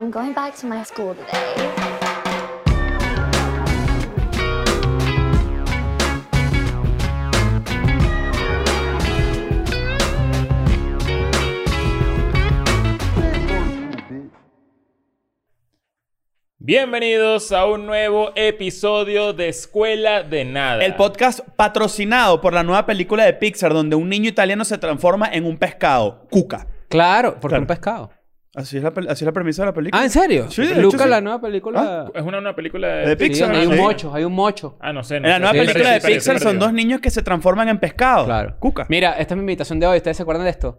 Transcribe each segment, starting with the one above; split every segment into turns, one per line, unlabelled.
I'm going back to my school today.
Bienvenidos a un nuevo episodio de Escuela de Nada.
El podcast patrocinado por la nueva película de Pixar donde un niño italiano se transforma en un pescado, Cuca.
Claro, porque
Claro.
un pescado.
Así es la, pel- así es la premisa de la película.
Ah, ¿en serio?
Sí, de hecho,
Lucas,
sí.
la nueva película.
Es una, una película de,
De
Sí,
Pixar,
hay un
sí.
mocho, hay un mocho.
Ah, no sé.
en
no
la
sé.
nueva
Sí,
película
parece-
de
parece
Pixar son
perdido.
dos niños que se transforman en pescado.
Claro.
Cuca.
Mira, esta es mi invitación de hoy. ¿Ustedes se acuerdan de esto?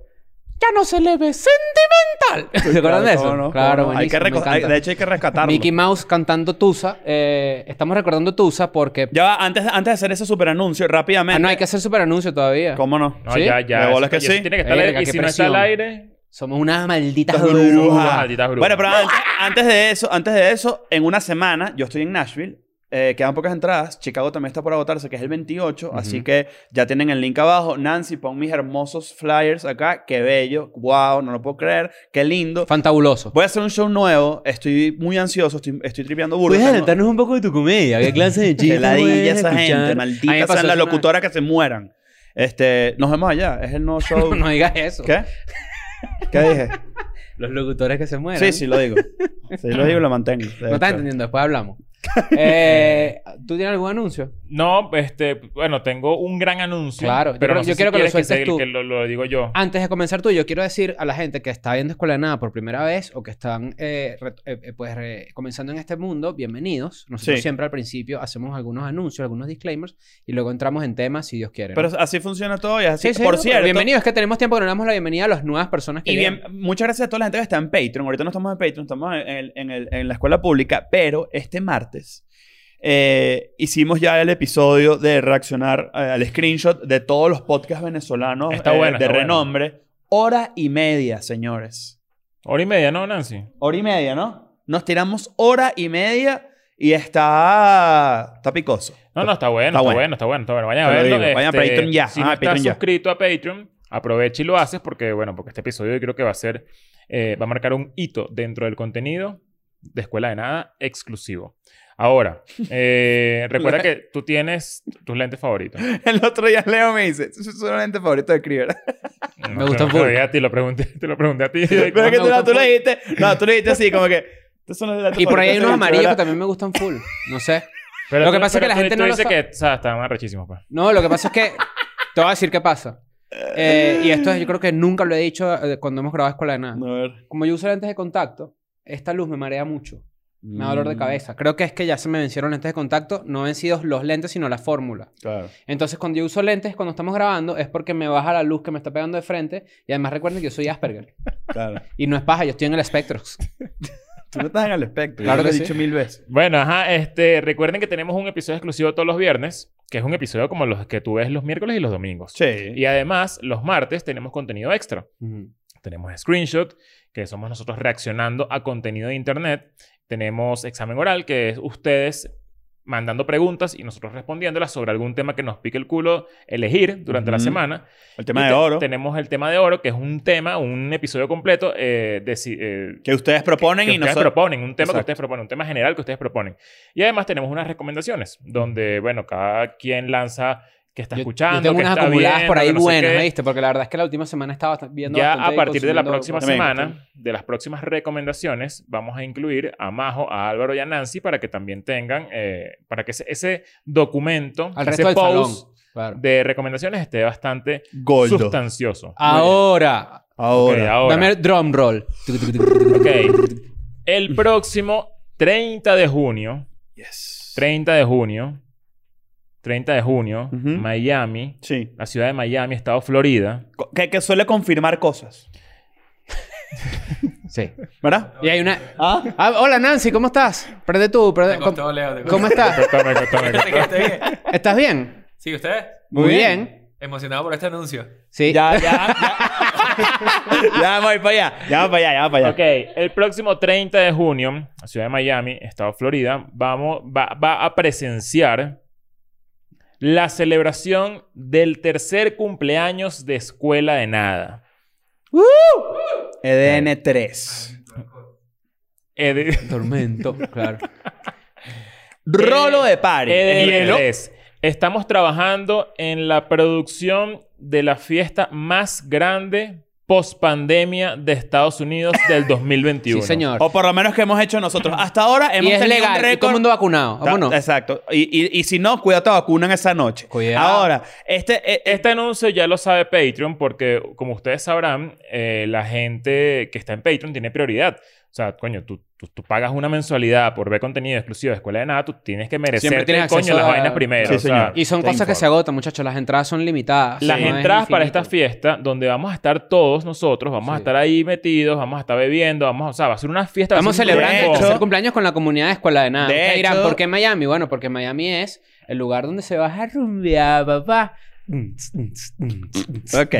¡Ya no se le ve sentimental! ¿Se acuerdan
Claro,
de eso?
cómo no,
claro,
cómo no. Hay que
buenísimo, me
reco- hay-
encanta.
De hecho, hay que rescatarlo.
Mickey Mouse cantando Tusa. Eh, estamos recordando Tusa porque...
Ya va, antes, antes de hacer ese superanuncio, rápidamente.
Ah, no, hay que hacer super anuncio todavía.
¿Cómo no?
No,
¿Sí?
ya, ya.
De
eso-
bolas que
y eso
sí.
Tiene que estar
Verga,
al aire. Y
qué
si no está al
presión.
aire...
Somos unas malditas
Estas
Ah, brujas.
brujas.
malditas brujas.
Bueno, pero antes, antes de eso, antes de eso, en una semana, yo estoy en Nashville. eh, quedan pocas entradas. Chicago también está por agotarse, que es el 28. Así que ya tienen el link abajo. Nancy, pon mis hermosos flyers acá. Qué bello. Wow, no lo puedo creer. Qué lindo.
Fantabuloso.
Voy a hacer un show nuevo. Estoy muy ansioso. Estoy, estoy tripeando burro.
Puedes
Tengo-
adelantarnos un poco de tu comedia. ¿Qué clase de
Que
chiste
ladilla
puedes
esa gente.
escuchar? A mí me
Maldita
pasó
sean las
eso una-
locutoras que se mueran. Este, nos vemos allá. Es el nuevo show.
No, no digas eso.
¿Qué? ¿Qué dije?
Los locutores que se mueren.
Sí, sí, lo digo. Sí, lo digo y lo mantengo. de
No estás
hecho.
entendiendo, después hablamos. Eh, ¿Tú tienes algún anuncio?
No, este... Bueno, tengo un gran anuncio.
Claro, yo
Pero
creo-
no sé
yo
si
quiero que lo
quieres
sueltes
te-
tú. Ah.
que lo, lo digo yo.
Antes de comenzar tú, yo quiero decir a la gente que está viendo Escuela de Nada por primera vez o que están eh, re- eh, eh, pues re- comenzando en este mundo, bienvenidos. Nosotros
Sí.
siempre al principio hacemos algunos anuncios, algunos disclaimers y luego entramos en temas si Dios quiere. ¿no?
Pero así funciona todo y es así.
Sí, sí,
Por
no, pero
cierto.
Bienvenidos, es que tenemos tiempo que no le damos la bienvenida a las nuevas personas que
Y bien,
llegan.
muchas gracias a toda la gente que está en Patreon. Ahorita no estamos en Patreon, estamos en, el- en el- en la escuela pública. Pero este martes eh, hicimos ya el episodio de reaccionar eh, al screenshot de todos los podcasts venezolanos
Está
eh,
bueno,
de
está bueno.
renombre. Hora y media, señores.
Hora y media, ¿no, Nancy?
Hora y media, ¿no? Nos tiramos hora y media y está, está picoso.
No, no, está bueno,
Está
está,
bueno.
bueno. está bueno, está bueno. Vayan
Te
a
lo
verlo.
digo, vayan a
este,
Patreon ya,
Si
ah,
no
a Patreon
estás
ya.
suscrito a Patreon, aprovecha y lo haces porque, bueno, porque este episodio yo creo que va a ser, eh, va a marcar un hito dentro del contenido de Escuela de Nada exclusivo. Ahora, eh, recuerda que tú tienes tus lentes favoritos.
El otro día Leo me dice, "Ese es su lente favorito de Krieger.
No,
Me gustan
te lo
full.
dije a ti, lo pregunté, te lo pregunté a ti.
Pero es que
me
tú, no,
gustan
tú le
full.
dijiste, no, tú le dijiste así, como que. "Estos son los datos
Y por ahí hay
favoritos
unos
de
amarillos que
Venezuela".
también me gustan full. No sé.
Pero
Lo que
tú-
pasa es que
pero
la
tú-
gente
tú
no lo
dices
sabe.
que, o sea, estaban arrechísimos, pues.
No, lo que pasa es que te voy a decir qué pasa. Eh, y esto es- yo creo que nunca lo he dicho eh, cuando hemos grabado Escuela de Nada.
A ver.
Como yo uso lentes de contacto, esta luz me marea mucho. Me da dolor de
Mm,
cabeza. Creo que es que ya se me vencieron lentes de contacto. No vencidos los lentes, sino la fórmula.
Mm, Claro.
Entonces, cuando yo uso lentes, cuando estamos grabando, es porque me baja la luz que me está pegando de frente. Y además recuerden que yo soy Asperger.
Claro.
Y no es paja, yo estoy en el espectro.
Tú no estás en el espectro.
Claro
Claro que lo
que
he dicho mil veces.
Bueno, ajá, este, recuerden que tenemos un episodio exclusivo todos los viernes, que es un episodio como los que tú ves los miércoles y los domingos.
Sí.
Y además, los martes tenemos contenido extra. Tenemos screenshot, que somos nosotros reaccionando a contenido de internet. Tenemos examen oral, que es ustedes mandando preguntas y nosotros respondiéndolas sobre algún tema que nos pique el culo elegir durante la
Ujú.
semana.
El
Y
tema de
te-
oro.
Tenemos el tema de oro, que es un tema, un episodio completo eh, de, si- eh,
Que ustedes proponen
que
y
ustedes
nosotros.
proponen, un tema que
Exacto.
ustedes proponen, un tema general que ustedes proponen. Y además tenemos unas recomendaciones donde, bueno, cada quien lanza que está
Yo-
escuchando,
yo tengo
qué
unas
está
acumuladas
viendo,
por ahí
que no sé
buenas,
qué.
¿viste? Porque la verdad es que la última semana estaba bast- viendo
Ya
bastante
a
y
partir de la
consumiendo
próxima
bastante.
semana, de las próximas recomendaciones, vamos a incluir a Majo, a Álvaro y a Nancy para que también tengan, eh, para que ese, ese documento,
Al
ese
resto del salón.
post
Claro.
de recomendaciones esté bastante
Goldo.
sustancioso.
Ahora,
Ok,
Ahora.
ahora.
dame el drum roll.
Ok. El próximo 30 de junio,
Yes.
30 de junio, 30 de junio,
Ujú.
Miami,
Sí.
la ciudad de Miami, estado Florida.
Co- Que, que suele confirmar cosas.
Sí.
¿Verdad?
Y hay una...
¿Ah?
Ah, hola Nancy, ¿cómo estás? Prende tú, prende-
Te costó,
¿Cómo,
Leo, te costó.
cómo estás?
Cuéntame, cuéntame,
¿Te
cuéntame.
quedaste bien?
¿Estás bien?
Sí, ¿ustedes?
Muy bien.
Emocionado por este anuncio.
Sí.
Ya, ya. Ya, ya voy para allá. Ya voy para allá, ya voy para allá.
Ok, el próximo 30 de junio, la ciudad de Miami, estado Florida, vamos, va, va a presenciar la celebración del tercer cumpleaños de Escuela
E
de Nada.
EDN 3.
ED
Tormento, claro. Eh,
Rolo de
E
pari.
EDL es, Estamos trabajando en la producción de la fiesta más grande post pandemia de Estados Unidos del 2021.
Sí, señor.
O por lo menos que hemos hecho nosotros. Hasta ahora Oh, hemos
y es
tenido un
legal. y todo
récord.
el mundo vacunado.
Ah,
Ta-
Vámonos.
Exacto. Y, y- y si no, cuidado, te vacunan esa noche.
Cuidado.
Ahora, este, eh, eh,
Este anuncio ya lo sabe Patreon porque, como ustedes sabrán, eh, la gente que está en Patreon tiene prioridad. O sea, coño, tú, tú, tú pagas una mensualidad por ver contenido exclusivo de Escuela de Nada, tú tienes que merecer,
tienes
coño,
acceso
las
a-
vainas primero.
Sí,
o sea,
señor.
Y son
Te
cosas que
informo.
se agotan, muchachos. Las entradas son limitadas.
Las
no es
entradas para
infinito.
esta fiesta, donde vamos a estar todos nosotros, vamos a
Sí.
estar ahí metidos, vamos a estar bebiendo, vamos a, o sea, va a ser una fiesta. va a
Estamos
ser un
celebrando el
loco.
tercer cumpleaños con la comunidad de Escuela de Nada.
De
Ustedes dirán,
hecho-
¿por qué Miami? Bueno, porque Miami es el lugar donde se vas a rumbear, papá.
Ok.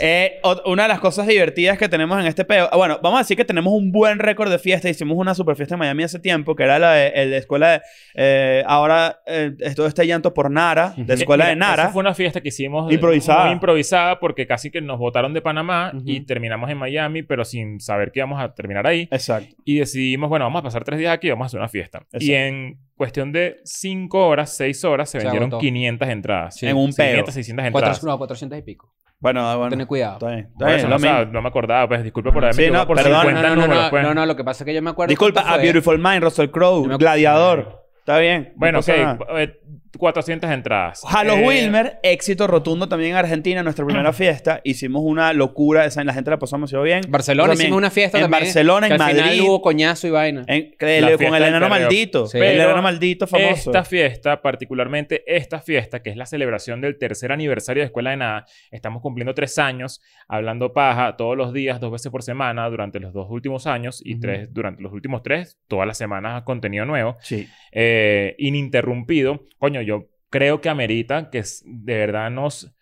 Eh, ot- una de las cosas divertidas que tenemos en este peo. Bueno, vamos a decir que tenemos un buen récord de fiesta. Hicimos una super fiesta en Miami hace tiempo, que era la de, el de escuela de. eh, ahora, eh, es todo este llanto por Nara, de escuela
Eh, Mira,
de Nara.
esa fue una fiesta que hicimos eh,
Improvisada.
muy improvisada porque casi que nos votaron de Panamá
Ujú.
y terminamos en Miami, pero sin saber que íbamos a terminar ahí.
Exacto.
Y decidimos, bueno, vamos a pasar tres días aquí y vamos a hacer una fiesta.
Exacto.
Y en cuestión de cinco horas, seis horas, se,
Se
vendieron
agotó.
500 entradas.
Sí.
En un peo.
500, 600 entradas.
400, no, 400 y pico.
Bueno, ah, bueno.
Tener cuidado.
Está bien. Está
Por eso
bien,
no,
lo mismo.
sabe- no me acordaba, pues disculpa por haberme
Sí, no,
equivocado por
perdón.
50
No, no, no,
números.
no,
pues.
no, no, lo que pasa es que yo me acuerdo.
Disculpa,
cuánto
A
fue.
Beautiful Mind, Russell
Yo me
Crowe,
acu-
Gladiador. Está bien. no
Bueno, ok,
pasa nada.
eh, 400 entradas.
Halo
Eh,
Wilmer, éxito rotundo también en Argentina, nuestra primera fiesta. Hicimos una locura, esa, la gente la pasó demasiado bien.
Barcelona
También
hicimos una fiesta
en
también.
Barcelona,
que
en
al
Madrid.
final hubo coñazo y vaina.
en- que el-
La
con
fiesta
el
del
enano
perreo.
maldito.
Sí.
El
Pero
enano maldito famoso.
Esta fiesta, particularmente esta fiesta, que es la celebración del tercer aniversario de Escuela de Nada, estamos cumpliendo tres años hablando paja todos los días, dos veces por semana, durante los dos últimos años y
Ujú.
tres, durante los últimos tres, todas las semanas contenido nuevo,
Sí.
eh, ininterrumpido. Coño, yo creo que amerita que s- de verdad nos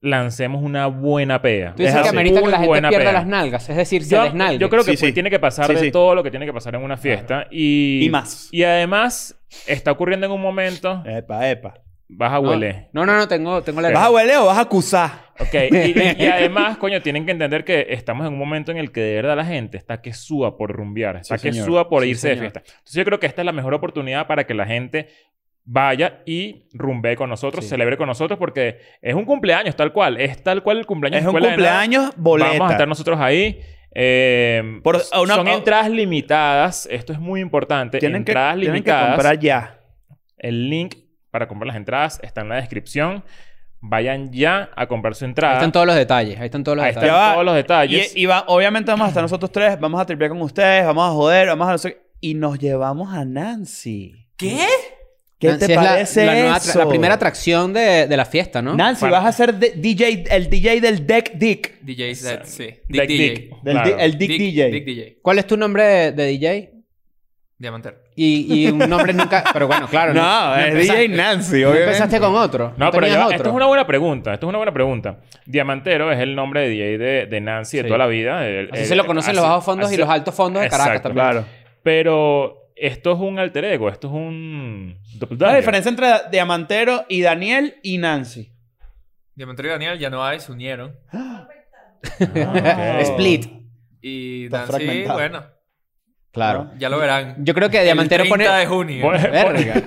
lancemos una buena pea.
Tú dices
Es
que
así.
amerita que
Muy
la gente
buena
pierda
pea.
las nalgas. Es decir, se
Yo,
desnalgue.
yo creo que
Sí,
pues,
sí.
tiene que pasar
Sí,
de
sí.
todo lo que tiene que pasar en una fiesta. Y,
Y más.
Y además, está ocurriendo en un momento.
Epa, epa.
Vas a
No,
huele.
No, no, no, tengo, tengo la
¿Vas a huele o vas a acusar?
Ok. Y, y además, coño, tienen que entender que estamos en un momento en el que de verdad la gente está que suba por rumbear. Está
Sí,
que
señor.
suba por
Sí,
irse
señor.
de fiesta. Entonces yo creo que esta es la mejor oportunidad para que la gente vaya y rumbee con nosotros,
Sí.
celebre con nosotros, porque es un cumpleaños tal cual. Es tal cual el cumpleaños.
Es
de
un
Escuela de Nada.
cumpleaños boleta.
Vamos a estar nosotros ahí. Eh,
Por- a una-
son
a-
entradas limitadas. Esto es muy importante.
tienen que,
entradas
tienen que
limitadas.
comprar ya.
El link para comprar las entradas está en la descripción. Vayan ya a comprar su
Ahí
entrada.
están todos los detalles. Ahí están todos los
Ahí
detalles.
Ya va.
están todos los
Y,
detalles.
y va- obviamente vamos a estar nosotros tres, vamos a tripear con ustedes, vamos a joder, vamos a no sé qué. Y nos llevamos a Nancy.
¿Qué?
¿Qué
Nancy,
te
es la-
parece
la, nueva atra-
eso?
la primera atracción de, de la fiesta, ¿no?
Nancy,
Para-
vas a ser de- DJ, el DJ del Deck Dick.
DJ set, sí.
Dick
Dick DJ.
Dick.
Del
Claro.
di- el Dick, DJ.
Dick DJ.
¿Cuál es tu nombre de, de DJ?
Diamantero.
Y, y un nombre nunca... Pero bueno, claro.
eh,
eh,
empeza-
Nancy,
no empezaste con otro.
No, pero
tenías
ya va.
otro.
esto es una buena pregunta. Esto es una buena pregunta. Diamantero es el nombre de DJ de, de Nancy de
Sí.
toda la vida. El-
Así
el-
se lo conocen los
así-
bajos fondos y
así-
los altos fondos de Caracas
Exacto,
también.
Claro.
Pero esto es un alter ego. Esto es un...
La
doppelganger.
diferencia entre Diamantero y Daniel y Nancy.
Diamantero y Daniel ya no hay, se unieron.
Ah, ok.
Split.
Y
Está
Nancy,
fragmentado.
bueno,
Claro.
ya lo verán.
Yo creo que
El
Diamantero
30
pone...
de junio.
Bueno,
Verga.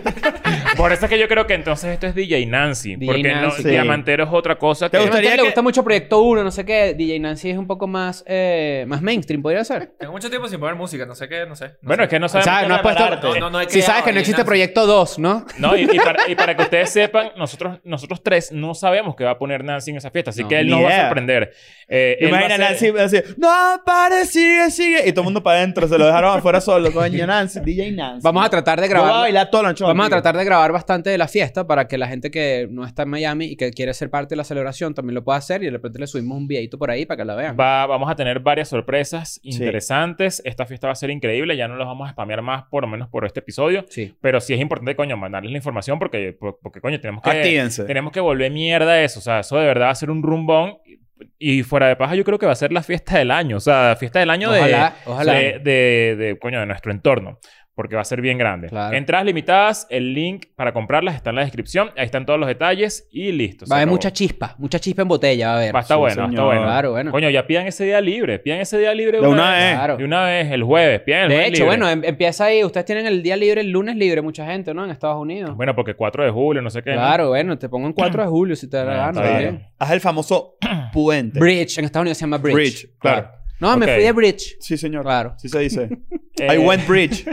Por eso es que yo creo que entonces esto es DJ Nancy.
DJ
porque no-
Nancy.
Diamantero es otra cosa que...
¿Te gusta? gustaría que-
Diamantero le gusta mucho Proyecto 1, no sé qué. DJ Nancy es un poco más, eh, más mainstream, podría ser.
Tengo mucho tiempo sin poner música, no sé qué, no sé. no
Bueno,
sé.
es que no
O sea,
sabemos...
no has puesto...
No, no, no he
si sabes
creado
que no
DJ
existe
Nancy.
Proyecto 2, ¿no?
No, y, y para, y para que ustedes sepan, nosotros, nosotros tres no sabemos qué va a poner Nancy en esa fiesta, así
No,
que él
ni
nos va a
idea.
sorprender. Eh, él va
Imagina
a
a
ser-
Nancy así, no, pare, sigue, sigue. Y todo el mundo para adentro, se lo dejaron afuera solo. Coño, Nancy, DJ Nancy.
Vamos a tratar de
Yo voy a
grabar.
bailar toda la noche
Vamos a
contigo.
tratar de grabar bastante de la fiesta para que la gente que no está en Miami y que quiere ser parte de la celebración también lo pueda hacer y de repente le subimos un videito por ahí para que la vean.
Va- vamos a tener varias sorpresas interesantes. Esta fiesta va a ser increíble. Ya no las vamos a spamear más, por lo menos por este episodio.
Sí.
Pero sí es importante, coño, mandarles la información porque, por- porque coño, tenemos que,
Actívense.
tenemos que volver mierda eso. O sea, eso de verdad va a ser un rumbón. Y fuera de paja, yo creo que va a ser la fiesta del año. O sea, la fiesta del año de-
Ojalá, ojalá.
de, de, de, coño, de nuestro entorno. porque va a ser bien grande.
Claro.
Entradas limitadas, el link para comprarlas está en la descripción, ahí están todos los detalles y listo. se
Va a haber
acabó.
mucha chispa, mucha chispa en botella, va a haber.
Va a estar
Sí,
bueno,
señor.
está bueno.
Claro, bueno.
Coño, ya pidan ese día libre, pidan ese día libre
De una vez.
Claro.
De una vez, el jueves, pidan el
de
jueves
hecho,
libre.
bueno, em- empieza ahí. Ustedes tienen el día libre, el lunes libre, mucha gente, ¿no? En Estados Unidos.
Bueno, porque 4 de julio, no sé qué. ¿no?
eh. claro, bueno, te pongo en 4 de julio si te da
Bueno,
la
está
gana.
bien.
¿sí?
Haz el famoso puente.
Bridge, en Estados Unidos se llama Bridge.
Bridge, claro.
No, me
Ok.
fui de Bridge.
Sí, señor.
Claro.
Sí se dice.
Eh,
I went bridge.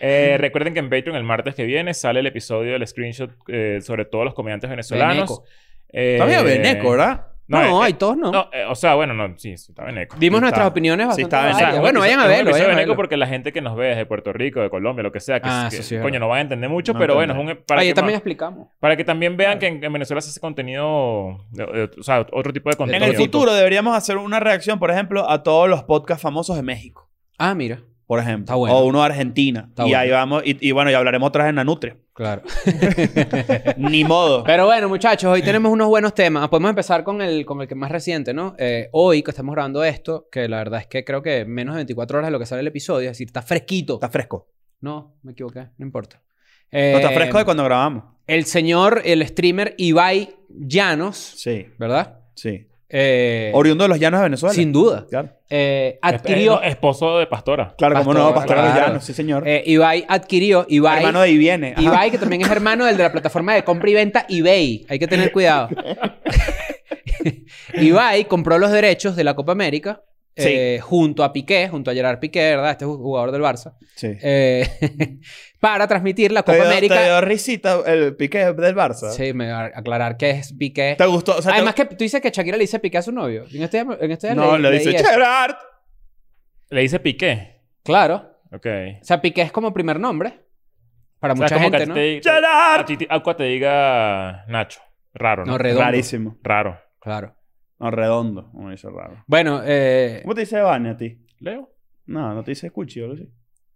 eh, recuerden que en Patreon el martes que viene sale el episodio del screenshot eh, sobre todos los comediantes venezolanos.
Beneco.
Eh,
Está medio veneco, ¿verdad?
No,
No, eh,
hay todos no.
no, eh, o sea, bueno, no, sí, sí, está veneco.
Dimos
sí
nuestras
está.
opiniones
Sí
bastante
está,
varias.
exacto.
es un
Bueno,
episodio-
vayan a
es un
verlo,
episodio
vayan a
veneco
verlo.
porque la gente que nos ve desde Puerto Rico, de Colombia, lo que sea, que,
Ah,
que-
eso sí es
coño,
verdad.
no van a entender mucho,
No
pero bueno, es
entendemos.
un, para,
Ahí
que
Ah,
también,
también explicamos.
para que también vean que en, en Venezuela se hace contenido, de- de- o sea, otro tipo de
En
contenido. Este,
el futuro deberíamos hacer una reacción, por ejemplo, a todos los podcasts famosos de México.
Ah, mira.
Por ejemplo.
Está bueno.
O uno de Argentina.
Está
y
bueno.
ahí vamos. Y, y bueno, y hablaremos otra vez en la Nutria.
Claro.
Ni modo.
Pero bueno, muchachos, hoy tenemos unos buenos temas. Podemos empezar con el, con el que más reciente, ¿no? Eh, hoy que estamos grabando esto, que la verdad es que creo que menos de 24 horas de lo que sale el episodio, es decir, está fresquito.
Está fresco.
No, me equivoqué, no importa.
No, está
Eh,
fresco de cuando grabamos.
El señor, el streamer Ibai Llanos,
Sí,
¿verdad?
sí.
Eh,
Oriundo de los llanos de Venezuela.
sin duda.
Claro,
Eh,
Esp- eh,
adquirió.
no, esposo de pastora.
claro como no,
Pastor,
Pastor de los
claro.
Llanos, sí, señor.
eh, Ibai adquirió. Ibai,
Hermano de ahí viene. Ajá.
Ibai, que también es hermano del de la plataforma de compra y venta eBay. Hay que tener cuidado. Ibai compró los derechos de la Copa América eh, junto a Piqué, junto a Gerard Piqué, ¿verdad? Este jugador del Barça.
Sí.
Eh, para transmitir la
te,
Copa
dio, te
América.
dio risita el pique del Barça.
Sí, me va a aclarar que es Piqué.
¿Te gustó? O sea, te-
Además que tú dices que Shakira le dice Piqué a su novio. En este, en este
No,
leí-
le
leí
dice
eso.
Gerard.
Le dice Piqué.
Claro.
Ok.
O sea, Piqué es como primer nombre. Para
O sea,
mucha
como que a
gente,
ti
¿no?
te- a
Gerard.
ti te- Aqua te diga Nacho. Raro, ¿no?
No, redondo.
Rarísimo.
Raro.
Claro.
No, redondo. Como dice raro.
Bueno, eh,
¿Cómo te dice Vane a ti?
Leo.
No, no te dice Cuchi, ¿o lo sí?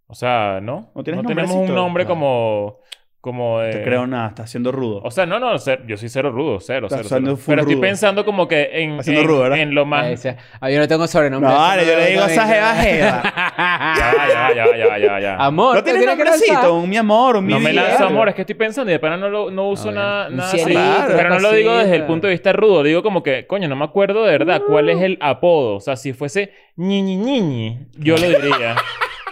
O sea, ¿no? No,
¿No tienes
tenemos un
nombrecito?
nombre
Claro.
como... Como de...
Eh.
Te creo nada, estás siendo rudo.
O sea, no, no, cer- yo soy cero rudo, cero,
Estás
cero.
usando
cero.
full
Pero estoy
rudo.
pensando como que en,
Haciendo
en,
rudo, ¿verdad?
en lo más.
ahí dice, "Ah, yo no tengo sobrenombre.
No,
eso
vale, yo le digo, esa jeva,
Ya,
jeva.
va, ya, va, ya, va, ya, va, ya, va, ya.
Amor,
¿No
te
tienes
tiene que
nombrecito?
lanzar.
Un mi amor, un mi
No me
vida.
lanzo
eh.
amor, es que estoy pensando y de pana no, lo, no uso
Ah,
nada,
bien.
nada
Un
así.
cielito, una
Pero no lo digo desde el
cosita.
punto de vista rudo, digo como que, coño, no me acuerdo de verdad cuál es el apodo. O sea, si fuese ñiñi ñiñi, yo lo diría.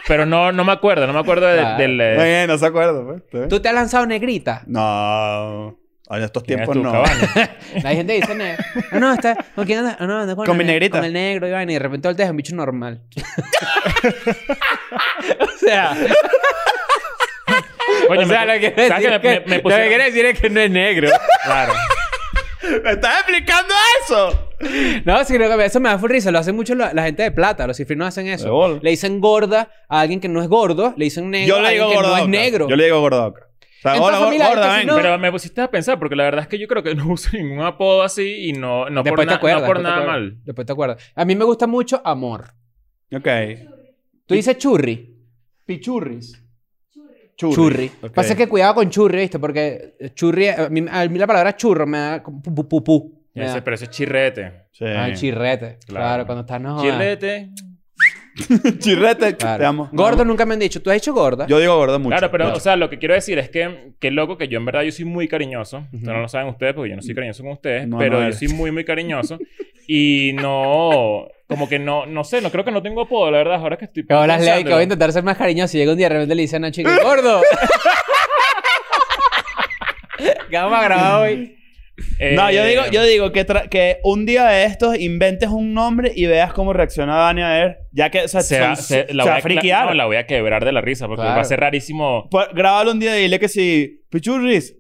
Pero no, no me acuerdo, no me acuerdo de-
Claro.
del.
Está bien, no se acuerda. pues, está bien.
¿Tú te has lanzado negrita?
No. En estos
¿Quién eres
tiempos
tú,
no.
Cabana?
Hay gente que dice negro. Ah, no, está. ¿Con quién andas? Ah, no, ando con,
Con
el
mi
ne-
negrita.
Con el negro, Iván. Y de repente volteas es un bicho normal. o sea,
Coño,
o sea
me-
lo que quiere
¿sabes
decir,
que me- me-
es que,
me
lo que
pusieron-
quiere decir es que no es negro.
Claro.
¡Me estás explicando eso!
No, sino que eso me da full risa. Lo hacen mucho la, la gente de plata. Los cifrinos hacen
De
eso.
bola.
Le dicen gorda a alguien que no es gordo. Le dicen negro
Yo le digo
a alguien Eh, que
gordoca.
no es negro.
Yo le digo gordoca. O sea,
Entonces,
hola, gor-
mira,
gorda,
este
ven.
señor-
Pero me pusiste a pensar, porque la verdad es que yo creo que no uso ningún apodo así y no, no por,
después te
na-
acuerdas.
no por
después te
nada
acuerdas.
mal.
Después te acuerdas. A mí me gusta mucho amor.
Ok.
Tú dices churri.
Pichurris.
Churri.
Ok.
Pasa que cuidado con churri, ¿viste? Porque eh, churri, a mí, a mí la palabra churro me da como pu, pu, pu, pu.
Ya
Me da-
sé, pero eso es chirrete.
Sí.
Ah, chirrete.
Claro.
Claro, cuando estás no. eh. jodas.
Chirrete.
Chirrete.
Claro.
Te amo.
Gordo nunca me han dicho. ¿Tú has dicho gorda?
Yo digo gordo mucho.
Claro, pero,
Mucho.
o sea, lo que quiero decir es que, qué loco que yo en verdad yo soy muy cariñoso. Esto no
Ujú.
lo saben ustedes porque yo no soy cariñoso con ustedes,
No,
pero
no
yo
eres.
soy muy, muy cariñoso. y no, como que no, no sé, no creo que no tengo apodo, la verdad, ahora que estoy.
Que hola, Leo, que voy a
pensándolo.
intentar ser más cariñoso. Y llega un día de repente le dice a Nacho y que, gordo. ¿Qué vamos a grabar hoy?
Eh,
No, yo digo, yo digo que, tra- que un día de estos inventes un nombre y veas cómo reacciona Dani a ver. Ya que, o sea,
Se
son-
va, se- la, voy
se va
a,
a friquear.
no, la voy a quebrar de la risa porque
Claro.
va a ser rarísimo.
Pues, grábalo un día y dile que sí. Pichurris.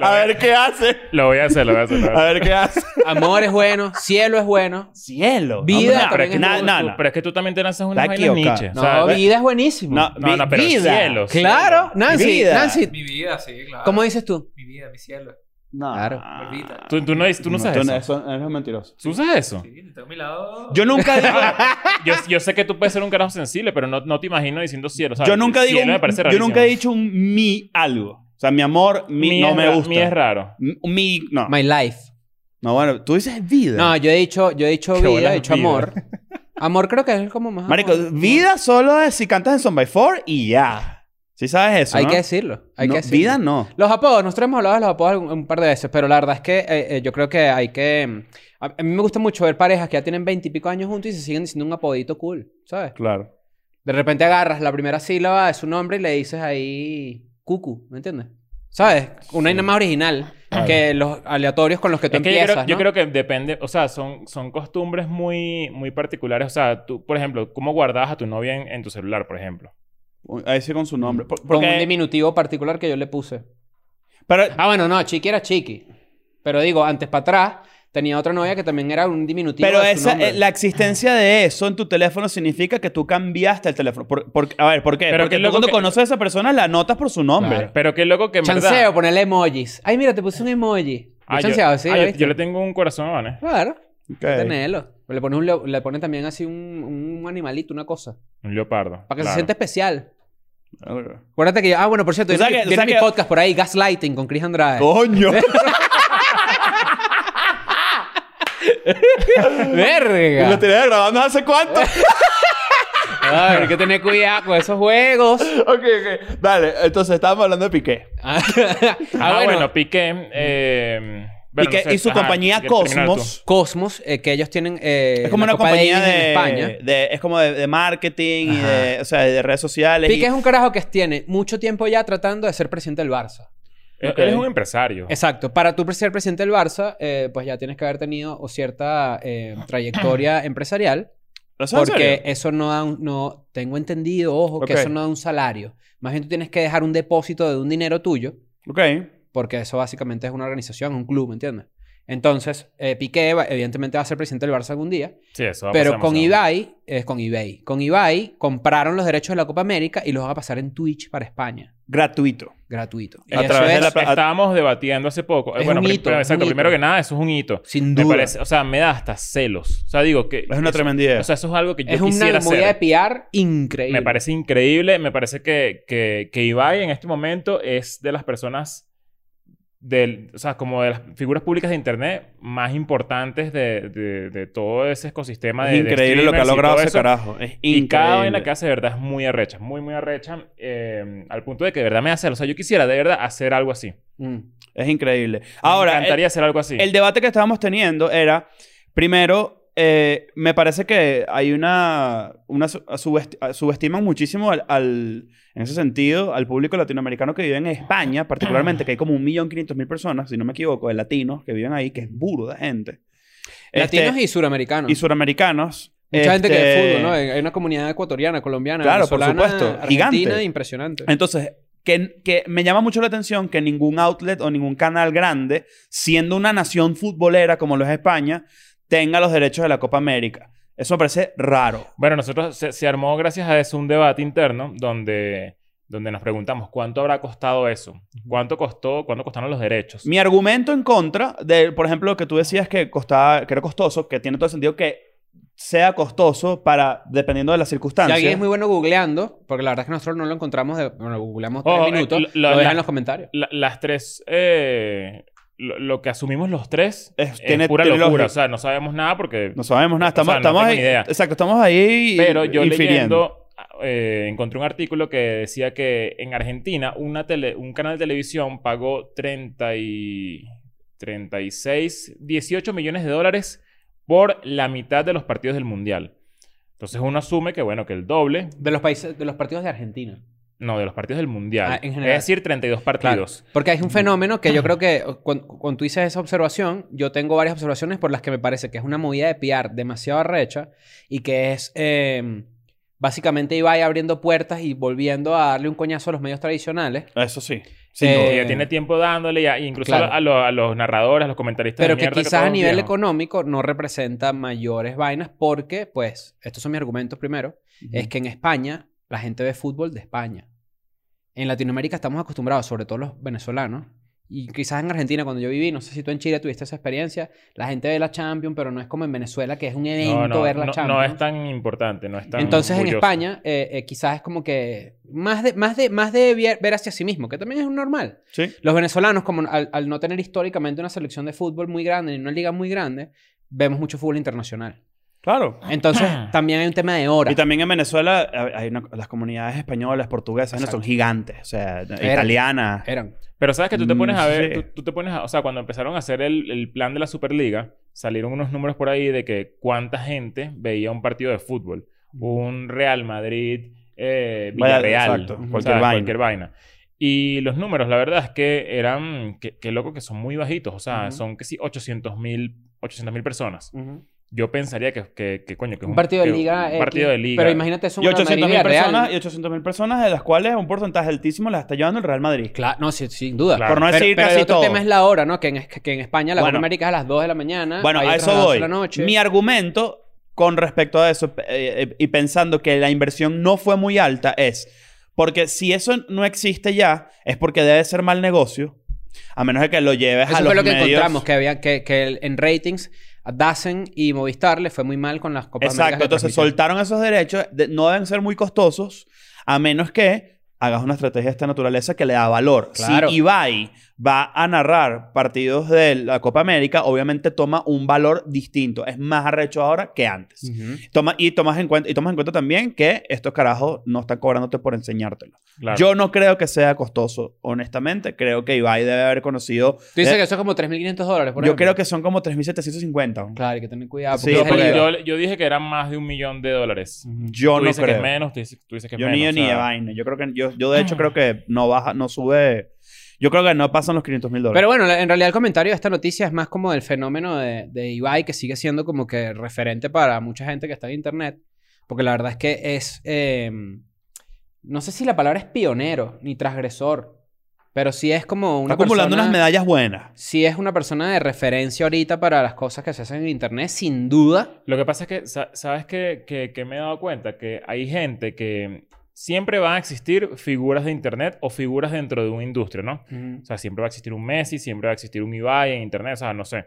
a ver qué hace.
Lo voy a hacer, lo voy a hacer. lo voy a
A
hacer.
ver qué hace.
Amor es bueno, cielo es bueno.
Cielo.
Vida
Hombre,
también es
na-
muy-
na-
tú-
na.
Pero es que tú también te lanzas
Está
unas vainas
equivocado.
niche.
No,
o sea,
vida es buenísimo.
No,
no,
vi-
no, pero
vida.
cielo.
claro, Nancy,
Vida.
Nancy.
Mi vida, sí, claro.
¿Cómo dices tú?
Mi vida, mi cielo.
No.
Claro.
Olvida.
Tú, tú no, tú no usas eso.
Eres un mentiroso.
¿Tú usas eso?
Sí, te tengo a mi lado.
Yo nunca digo.
Yo, yo sé que tú puedes ser un carajo sensible, pero no, no te imagino diciendo cielo. ¿sabes?
yo nunca digo.
Cielo
un-
me parece
yo
rarísimo.
nunca he dicho un mi algo. O sea, mi amor, mi,
Mi
no
es
me
ra-
gusta.
Mi es raro.
M- Mi, no.
My life.
No, bueno, tú dices vida.
No, yo he dicho, yo he dicho
Qué
vida,
bolas
he dicho
vida.
amor. Amor creo que es como más...
Marico,
amor.
vida solo es si cantas en Son by Four y ya. Si sabes eso,
Hay
¿no?
que decirlo. Hay
No,
que decirlo.
Vida no.
Los apodos, nosotros hemos hablado de los apodos algún- un par de veces, pero la verdad es que eh, eh, yo creo que hay que. mm, A, a mí me gusta mucho ver parejas que ya tienen veintipico años juntos y se siguen diciendo un apodito cool, ¿sabes?
Claro.
De repente agarras la primera sílaba de su nombre y le dices ahí. Cucu, ¿me entiendes? ¿Sabes? Una vaina más original que los aleatorios con los que tú
Es que yo,
empiezas.
creo, yo
¿no?
creo que depende, o sea, son, son costumbres muy, muy particulares. O sea, tú, por ejemplo, ¿cómo guardabas a tu novia en, en tu celular, por ejemplo?
Ahí sí con su nombre. Por-
Con un
porque-
diminutivo particular que yo le puse.
pero
Ah, bueno, no, Chiqui era Chiqui. Pero digo, antes para atrás tenía otra novia que también era un diminutivo.
pero
de su
esa,
nombre.
eh, la existencia de eso en tu teléfono significa que tú cambiaste el teléfono. Por- por- a ver, ¿por qué?
Pero
porque
qué
tú
loco
cuando
que-
conoces a esa persona la anotas por su nombre.
Claro. Pero qué loco que en verdad...
Chanceo, ponerle emojis. Ay, mira, te puse un emoji.
Ah, yo,
chanceado, sí.
ah, yo-
¿viste?
yo le tengo un corazón a Vanes.
Claro,
Ok.
tenelo. Le pones, un leo- le pones también así un, un animalito, una cosa.
Un leopardo.
Para que
claro.
se sienta especial.
Claro.
Acuérdate que yo... Ah, bueno, por cierto,
¿Tú
viene,
sabes
mi-
que- tú
viene
sabes
mi
que- Oh.
podcast por ahí, Gaslighting, con Chris Andrade.
¡Coño! Lo
¡Verga!
tenías grabando hace cuánto.
Ay, hay que tener cuidado con esos juegos.
ok, ok. Dale, entonces estábamos hablando de Piqué.
Ah,
Ah,
bueno.
bueno, Piqué... Eh, bueno,
Piqué
no sé,
y su
ajá,
compañía
si quieres terminar
Cosmos.
Cosmos, eh, que ellos tienen... eh,
Es como una
la Copa
compañía
Davis
de,
En España.
de- es como de, de marketing y de, o sea, de redes sociales.
Pique
y-
es un carajo que tiene mucho tiempo ya tratando de ser presidente del Barça.
tú. Él-
Ok.
Él es un empresario.
Exacto. Para tú ser presidente del Barça, eh, pues ya tienes que haber tenido o cierta eh, trayectoria empresarial.
¿Lo sabes en
Porque
serio?
eso no da un... No, tengo entendido, ojo,
Ok.
que eso no da un salario. Más bien tú tienes que dejar un depósito de un dinero tuyo.
Ok.
Porque eso básicamente es una organización, un club, ¿me entiendes? Entonces, eh, Piqué va- evidentemente va a ser presidente del Barça algún día.
Sí, eso va a
Pero
pasar
con
demasiado.
Ibai... Es con Ibai. Con Ibai compraron los derechos de la Copa América y los van a pasar en Twitch para España.
Gratuito.
Gratuito. Y
A
eso
través de
es,
la pla-
Estábamos debatiendo hace poco. Eh,
Es
bueno,
un
pri-
hito,
pero
es un
exacto.
hito.
Primero que nada, eso es un hito.
Sin
Me
duda.
parece, o sea, me da hasta celos. O sea, digo que...
Es una
eso-
tremenda idea.
O sea, eso es algo que yo
Es una
quisiera
movida de
hacer.
PR increíble.
Me parece increíble. Me parece que, que, que Ibai en este momento es de las personas... Del, o sea, como de las figuras públicas de Internet más importantes de, de, de todo ese ecosistema de
es
de
increíble lo que ha
streamers y
logrado
todo
ese
eso.
carajo. Es increíble.
Y cada vaina que hace, de verdad, es muy arrecha. Muy, muy arrecha. eh, al punto de que, de verdad, me hace... O sea, yo quisiera, de verdad, hacer algo así.
Mm.
Es increíble.
me
Ahora,
encantaría hacer algo así.
el, el debate que estábamos teniendo era, primero, eh, me parece que hay una... una su- subest- subestiman muchísimo al, al- en ese sentido, al público latinoamericano que vive en España, particularmente, que hay como un millón quinientos mil personas, si no me equivoco, de latinos que viven ahí, que es burda de gente.
Latinos
Este,
y suramericanos.
y suramericanos.
Mucha gente que ve
este,
fútbol, ¿no? Hay hay una comunidad ecuatoriana, colombiana,
Claro, por
venezolana,
supuesto.
argentina,
Gigante.
impresionante.
Entonces, que, que me llama mucho la atención que ningún outlet o ningún canal grande, siendo una nación futbolera como lo es España, tenga los derechos de la Copa América. Eso me parece raro.
Bueno, nosotros se, se armó gracias a eso un debate interno donde, donde nos preguntamos cuánto habrá costado eso, cuánto costó, cuánto costaron los derechos.
Mi argumento en contra de, por ejemplo, lo que tú decías que, costaba, que era costoso, que tiene todo el sentido que sea costoso para, dependiendo de las
Si
circunstancias.
alguien es muy bueno googleando, porque la verdad es que nosotros no lo encontramos, de, bueno, lo googleamos
Ojo, eh,
tres minutos,
lo-
lo,
lo-
dejan
la-
en los comentarios.
La- las tres, eh, lo, lo que asumimos los tres
Es-
es,
tiene-
pura
tiene
locura.
lógica.
O sea, no sabemos nada porque...
No sabemos
O
nada. Estamos,
sea, no
estamos
tengo
ahí.
ni idea.
Exacto, estamos ahí.
pero yo
infiriendo.
leyendo eh, encontré un artículo que decía que en Argentina una tele, un canal de televisión pagó 30 y 36, 18 millones de dólares por la mitad de los partidos del Mundial. Entonces uno asume que, bueno, que el doble,
De los países, de los partidos de Argentina.
no, de los partidos del Mundial.
Ah, en general.
es decir, 32
Claro.
partidos.
Porque hay un fenómeno que yo creo que cu- cuando, tú dices esa observación, yo tengo varias observaciones por las que me parece que es una movida de piar demasiado arrecha y que es eh, básicamente Ibai abriendo puertas y volviendo a darle un coñazo a los medios tradicionales.
Eso sí. Sin
Eh,
duda.
Porque ya tiene tiempo dándole, y a- incluso
claro.
a, lo- a los narradores, a los comentaristas. de
Pero que
mierda
quizás a
todos
nivel
viejos.
económico no representa mayores vainas porque, pues, estos son mis argumentos primero, es que en España la gente ve fútbol de España. En Latinoamérica estamos acostumbrados, sobre todo los venezolanos, y quizás en Argentina cuando yo viví, no sé si tú en Chile tuviste esa experiencia, la gente ve la Champions, pero no es como en Venezuela que es un evento
No, no,
ver la
no,
Champions.
no es tan importante, no es tan
Entonces en
orgulloso.
España eh, eh, quizás es como que más de, más de, más de ver ver hacia sí mismo, que también es normal.
Sí.
Los venezolanos, como al, al no tener históricamente una selección de fútbol muy grande ni una liga muy grande, vemos mucho fútbol internacional.
Claro.
Entonces,
Ah.
también hay un tema de hora.
Y también en Venezuela a- hay una- las comunidades españolas, portuguesas, no son
Exacto.
gigantes. O sea, italianas.
Eran.
Pero sabes que tú te
Mm,
pones a ver,
sí.
tú, tú te pones a, o sea, cuando empezaron a hacer el, el plan de la Superliga, salieron unos números por ahí de que cuánta gente veía un partido de fútbol. Un Real Madrid, eh,
Vaya,
Villarreal,
exacto,
o sea,
cualquier vaina.
cualquier vaina. Y los números, la verdad es que eran, que, que loco, que son muy bajitos. O sea,
Ujú.
son que sí, 800 mil personas. Yo pensaría que, que, que coño, que es
Un partido de
que
liga.
Un
X,
partido de liga.
Pero imagínate eso.
Y 800 mil personas,
Real.
y 800.000 personas, de las cuales un porcentaje altísimo las está llevando el Real Madrid.
Claro, no, sí, sin duda.
Claro.
Por no
Pero,
decir
pero el
casi
otro
todo.
tema es la hora, ¿no? Que en, que en España la
Bueno.
Copa América es a las 2 de la mañana.
Bueno,
hay
a
otras
eso
a las 12
voy.
de la noche.
Mi argumento con respecto a eso eh, eh, y pensando que la inversión no fue muy alta es porque si eso no existe ya es porque debe ser mal negocio a menos de que lo lleves a
Eso
los
fue lo que
medios.
encontramos, que, había, que, que el- en ratings a Dazen y Movistar le fue muy mal con las Copas Américas
Exacto,
de
entonces
transmisión.
soltaron esos derechos, de- no deben ser muy costosos, a menos que hagas una estrategia de esta naturaleza que le da valor.
Claro.
Si Ibai va a narrar partidos de la Copa América, obviamente toma un valor distinto, es más arrecho ahora que antes.
Mm.
Ujú.
Toma, y, tomas en cuenta, y tomas en cuenta también que estos carajos no están cobrándote por enseñártelo.
Claro.
Yo no creo que sea costoso, honestamente. Creo que Ibai debe haber conocido...
Tú dices
eh,
que eso es como 3.500 dólares, por
yo
ejemplo.
creo que son como 3.750.
Claro, hay que tener cuidado.
Sí,
porque
Yo-
es el
porque
creo.
IVA.
yo, yo dije que eran más de un millón de dólares.
Yo
tú
no
dices
creo.
que es menos, tú dices, tú dices que es
Yo
menos.
ni
o
ni de
sea,
vaina. Yo creo que yo, yo de hecho creo que no baja, no sube. Yo creo que no pasan los 500 mil
Pero
dólares.
bueno, la- en realidad el comentario de esta noticia es más como del fenómeno de, de Ibai, que sigue siendo como que referente para mucha gente que está en internet. Porque la verdad es que es. eh, no sé si la palabra es pionero ni transgresor, pero sí es como una.
está acumulando
persona-
unas medallas buenas.
Sí es una persona de referencia ahorita para las cosas que se hacen en internet, sin duda.
Lo que pasa es que, sa- ¿sabes qué? Que, que me he dado cuenta que hay gente que siempre van a existir figuras de internet o figuras dentro de una industria, ¿no? O sea, siempre va a existir un Messi, siempre va a existir un Ibai en internet, o sea, no sé.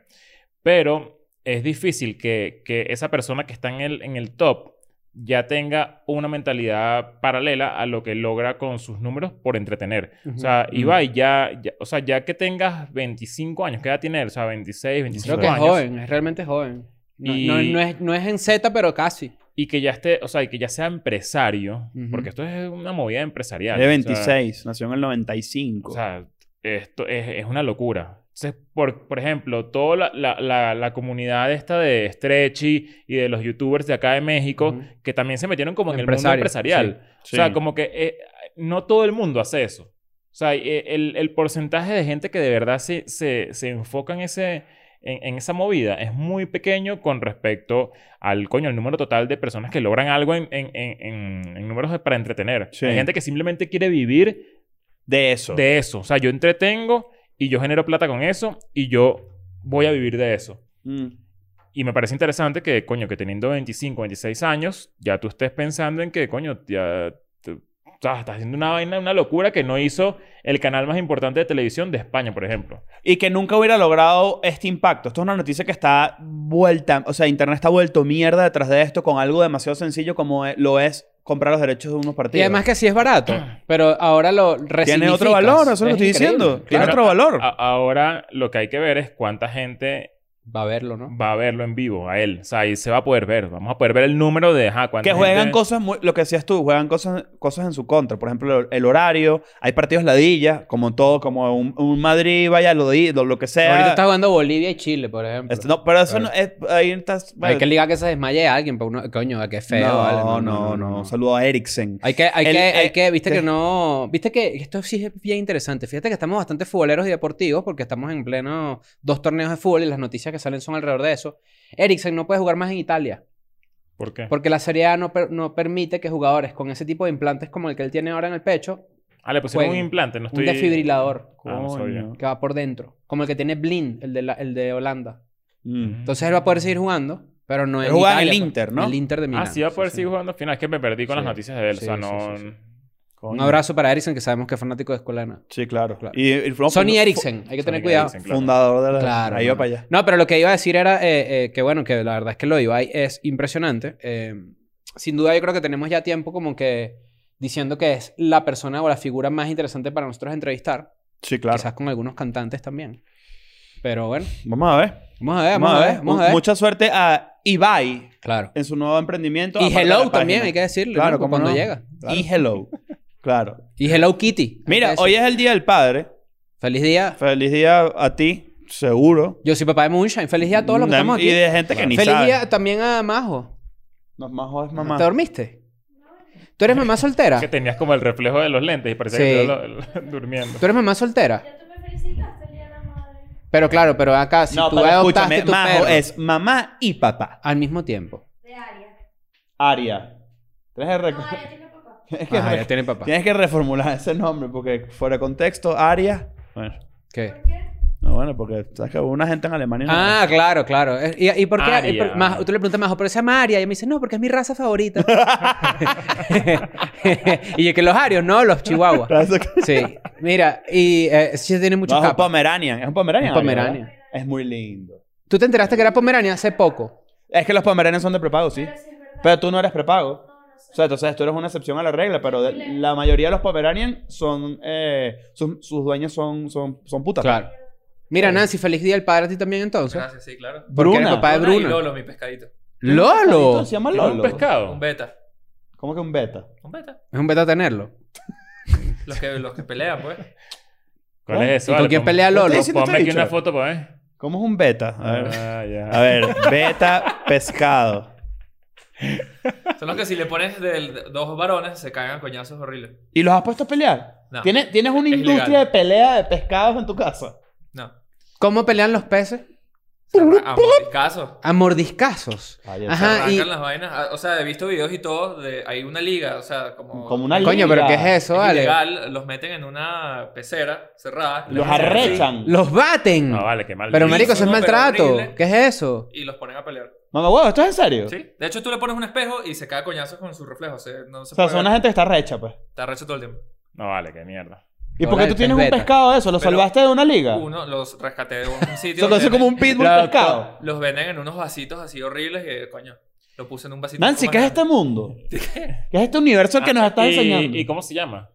Pero es difícil que, que esa persona que está en el, en el top ya tenga una mentalidad paralela a lo que logra con sus números por entretener. O sea,
Ujú.
Mm.
Ibai ya, ya- o sea, ya que tengas 25 años, ¿qué edad tiene él? O sea, 26, 25
creo que es
años.
joven, es realmente joven. No,
Y-
no- no es, no es en Z, pero casi.
y que ya esté, o sea, y que ya sea empresario,
Ujú.
porque esto es una movida empresarial.
De
o sea,
26, nació en el 95.
O sea, esto es, es una locura. Entonces, por, por ejemplo, toda la, la, la, la comunidad esta de Stretchy y de los youtubers de acá de México,
Ujú.
que también se metieron como en el mundo
Empresario,
empresarial. O
sí.
sea,
Sí.
como que eh, no todo el mundo hace eso. O sea, eh, el, el porcentaje de gente que de verdad se, se, se enfoca en, ese, en, en esa movida es muy pequeño con respecto al coño, el número total de personas que logran algo en, en, en, en- en números de- para entretener.
Sí.
Hay gente que simplemente quiere vivir
de eso.
de eso. O sea, yo entretengo y yo genero plata con eso y yo voy a vivir de eso.
Mm.
Y me parece interesante que, coño, que teniendo 25, 26 años, ya tú estés pensando en que, coño, ya te- o sea, estás haciendo una vaina, una locura que no hizo el canal más importante de televisión de España, por ejemplo.
Y que nunca hubiera logrado este impacto. Esto es una noticia que está vuelta. O sea, Internet está vuelto mierda detrás de esto con algo demasiado sencillo como e- lo es comprar los derechos de unos partidos.
Y además que sí es barato, pero ahora lo
tiene
resignificas.
otro valor, eso es lo que estoy
increíble,
diciendo. Tiene
claro.
otro valor.
A- ahora lo que hay que ver es cuánta gente
Va a verlo, ¿no?
va a verlo en vivo, a él. O sea, ahí se va a poder ver. Vamos a poder ver el número de... ajá, cuánta
Que juegan
gente-
cosas, muy- lo que decías tú, juegan cosas, cosas en su contra. Por ejemplo, el horario, hay partidos ladilla, como en todo, como un, un Madrid, Valladolid, lo que sea.
Ahorita está jugando Bolivia y Chile, por ejemplo.
Este, no, pero eso no es. Ahí estás.
Hay que ligar que se desmaye alguien, pero uno, coño, que feo.
no,
vale,
no, no, Saludo a Eriksen.
Hay que, hay
El-
que, hay
eh,
que, viste
te-
que no, viste que esto sí es bien interesante. Fíjate que estamos bastante futboleros y deportivos porque estamos en pleno dos torneos de fútbol y las noticias que salen son alrededor de eso. Eriksen no puede jugar más en Italia
¿Por qué?
porque la Serie A no, per- no permite que jugadores con ese tipo de implantes como el que él tiene ahora en el pecho,
Ah, le pusieron un
jueguen.
implante, no estoy...
un desfibrilador
Ah, no sabía.
que va por dentro, como el que tiene Blind, el de, la- el de Holanda.
Mm.
Entonces él va a poder seguir jugando, pero no en
Pero juega en
Italia,
el
pues.
Inter, ¿no?
El Inter de Milán.
Ah, sí, va a poder
sí.
seguir jugando al final. Es que me perdí con
Sí.
las noticias de él. o sea,
Sí, sí,
no.
sí, sí.
Coño.
Un abrazo para Eriksen que sabemos que es fanático de Escolana.
Sí, claro.
Claro.
Y, y fue-
Sony
fu-
Eriksen, hay que
pues, Sony
tener cuidado.
Eriksen, claro.
Fundador de la.
Claro.
Ahí va para allá.
No, pero lo que iba a decir era eh, eh, que, bueno, que la verdad es que lo de Ibai es impresionante. Eh, sin duda, yo creo que tenemos ya tiempo como que diciendo que es la persona o la figura más interesante para nosotros entrevistar.
Sí, claro.
Quizás con algunos cantantes también. Pero bueno,
Vamos a ver.
Eh, vamos a ver, vamos, a ver, vamos a ver.
Mucha suerte a Ibai
Claro.
en su nuevo emprendimiento.
Y
aparte de
Hello
la
también,
página.
hay que decirlo.
Claro,
Claro,
cómo
cuando
no.
llega.
Y Hello. Claro.
Y Hello Kitty.
Mira,
Hay que
hoy
decir.
es el Día del Padre.
Feliz día.
Feliz día a ti, seguro.
Yo soy papá de Moonshine. Feliz día a todos los que
De-
estamos aquí.
Y de gente que ni
Feliz
sabe.
día también a Majo.
No, Majo es mamá.
¿Te dormiste? ¿Tú eres mamá soltera?
Que tenías como el reflejo de los lentes y parecía
Sí.
que estabas lo- durmiendo.
¿Tú eres mamá soltera?
Ya tú me felicitaste el día de la madre.
Pero claro, pero acá, si
no,
tú
pero
adoptaste
escúchame,
tu
Majo
perro
es mamá y papá.
al mismo tiempo.
De Aria.
Aria. Tienes que,
No,
rec-
Aria tiene papá.
tienes que
Ah,
re-
ya tiene papá.
tienes que reformular ese nombre porque fuera de contexto, Aria. Bueno,
¿Qué?
¿Por qué?
no, bueno, porque sabes que hubo una gente en Alemania.
Ah, claro, claro. Es- ¿Y, y por qué?
Aria.
y por- Majo- tú le preguntas a Majo, ¿pero esa Maria? Y ella me dice, no, porque es mi raza favorita. y yo, que los arios, no, los chihuahuas.
no. Eso que-
Sí. Mira, y eh, sí tiene muchos
No, es un
capas.
Pomeranian. Es un Pomeranian.
Un
Aria,
Pomeranian.
¿verdad? Es muy lindo.
¿Tú te enteraste que era Pomerania hace poco?
Es que los Pomeranians son de prepago, sí.
Pero si es verdad.
Pero tú no eres
No,
prepago.
no sé.
O sea, entonces tú eres una excepción a la regla, pero de- la mayoría de los Pomeranian son. eh, sus, sus dueños son, son, son putas.
Claro. Mira, Nancy, feliz día del padre a ti también entonces.
Gracias, sí, claro.
Porque eres
Bruna.
papá de
Luna y
Bruno.
Lolo, mi pescadito.
¡Lolo!
¿Se llama
¿Es un
Lolo?
pescado?
Un beta.
¿Cómo que un beta?
Un beta.
Es un beta tenerlo.
Los que, los que pelean, pues.
¿Cuál es eso?
¿Y con
Vale,
quién
pon-
pelea
pon-
Lolo?
¿Qué diciendo
Ponme
este
aquí una
bicho?
foto para ver.
¿Cómo es un beta? A ver,
Ah, ya.
a ver beta pescado.
Son los que si le pones del- dos varones se cagan a coñazos horribles.
¿Y los has puesto a pelear?
No.
¿Tienes, tienes una
Es
industria
ilegal.
de pelea de pescados en tu casa?
No.
¿Cómo pelean los peces?
Se arra- A mordiscazos.
A mordiscazos.
Cállate.
Ajá, y...
Arrancan las vainas. Ah, O sea, he visto videos y todo. De, hay una liga, o sea, como.
Como una
Coño, pero ¿qué es eso,
es
vale?
ilegal, los meten en una pecera cerrada.
Los
les hacen así,
arrechan.
Los baten.
No, vale, qué mal.
Pero
Sí,
marico, eso es
no, pero
maltrato.
horrible.
¿Qué es eso?
Y los ponen a pelear.
Mamá, huevo, ¿esto es en serio?
Sí. De hecho, tú le pones un espejo y se cae a coñazos con su reflejo. se- no se
O sea,
puede
son
ver.
una gente que está recha, pues.
Te arrecho todo el tiempo.
No, vale, qué mierda.
¿Y
Hola,
por qué
este
tú
es
tienes un
beta.
pescado de eso? ¿Lo
Pero-
salvaste de una liga? O
Uno los rescaté de un sitio.
sea, lo hace
donde
como un pitbull
Claro,
pescado.
Los venden en unos vasitos así horribles y, coño, lo puse en un vasito.
Nancy,
un
¿qué
poco
es
más
este
grande.
mundo?
¿Qué?
¿Qué es este universo que nos estás
Ah, y-
enseñando?
¿Y cómo se llama?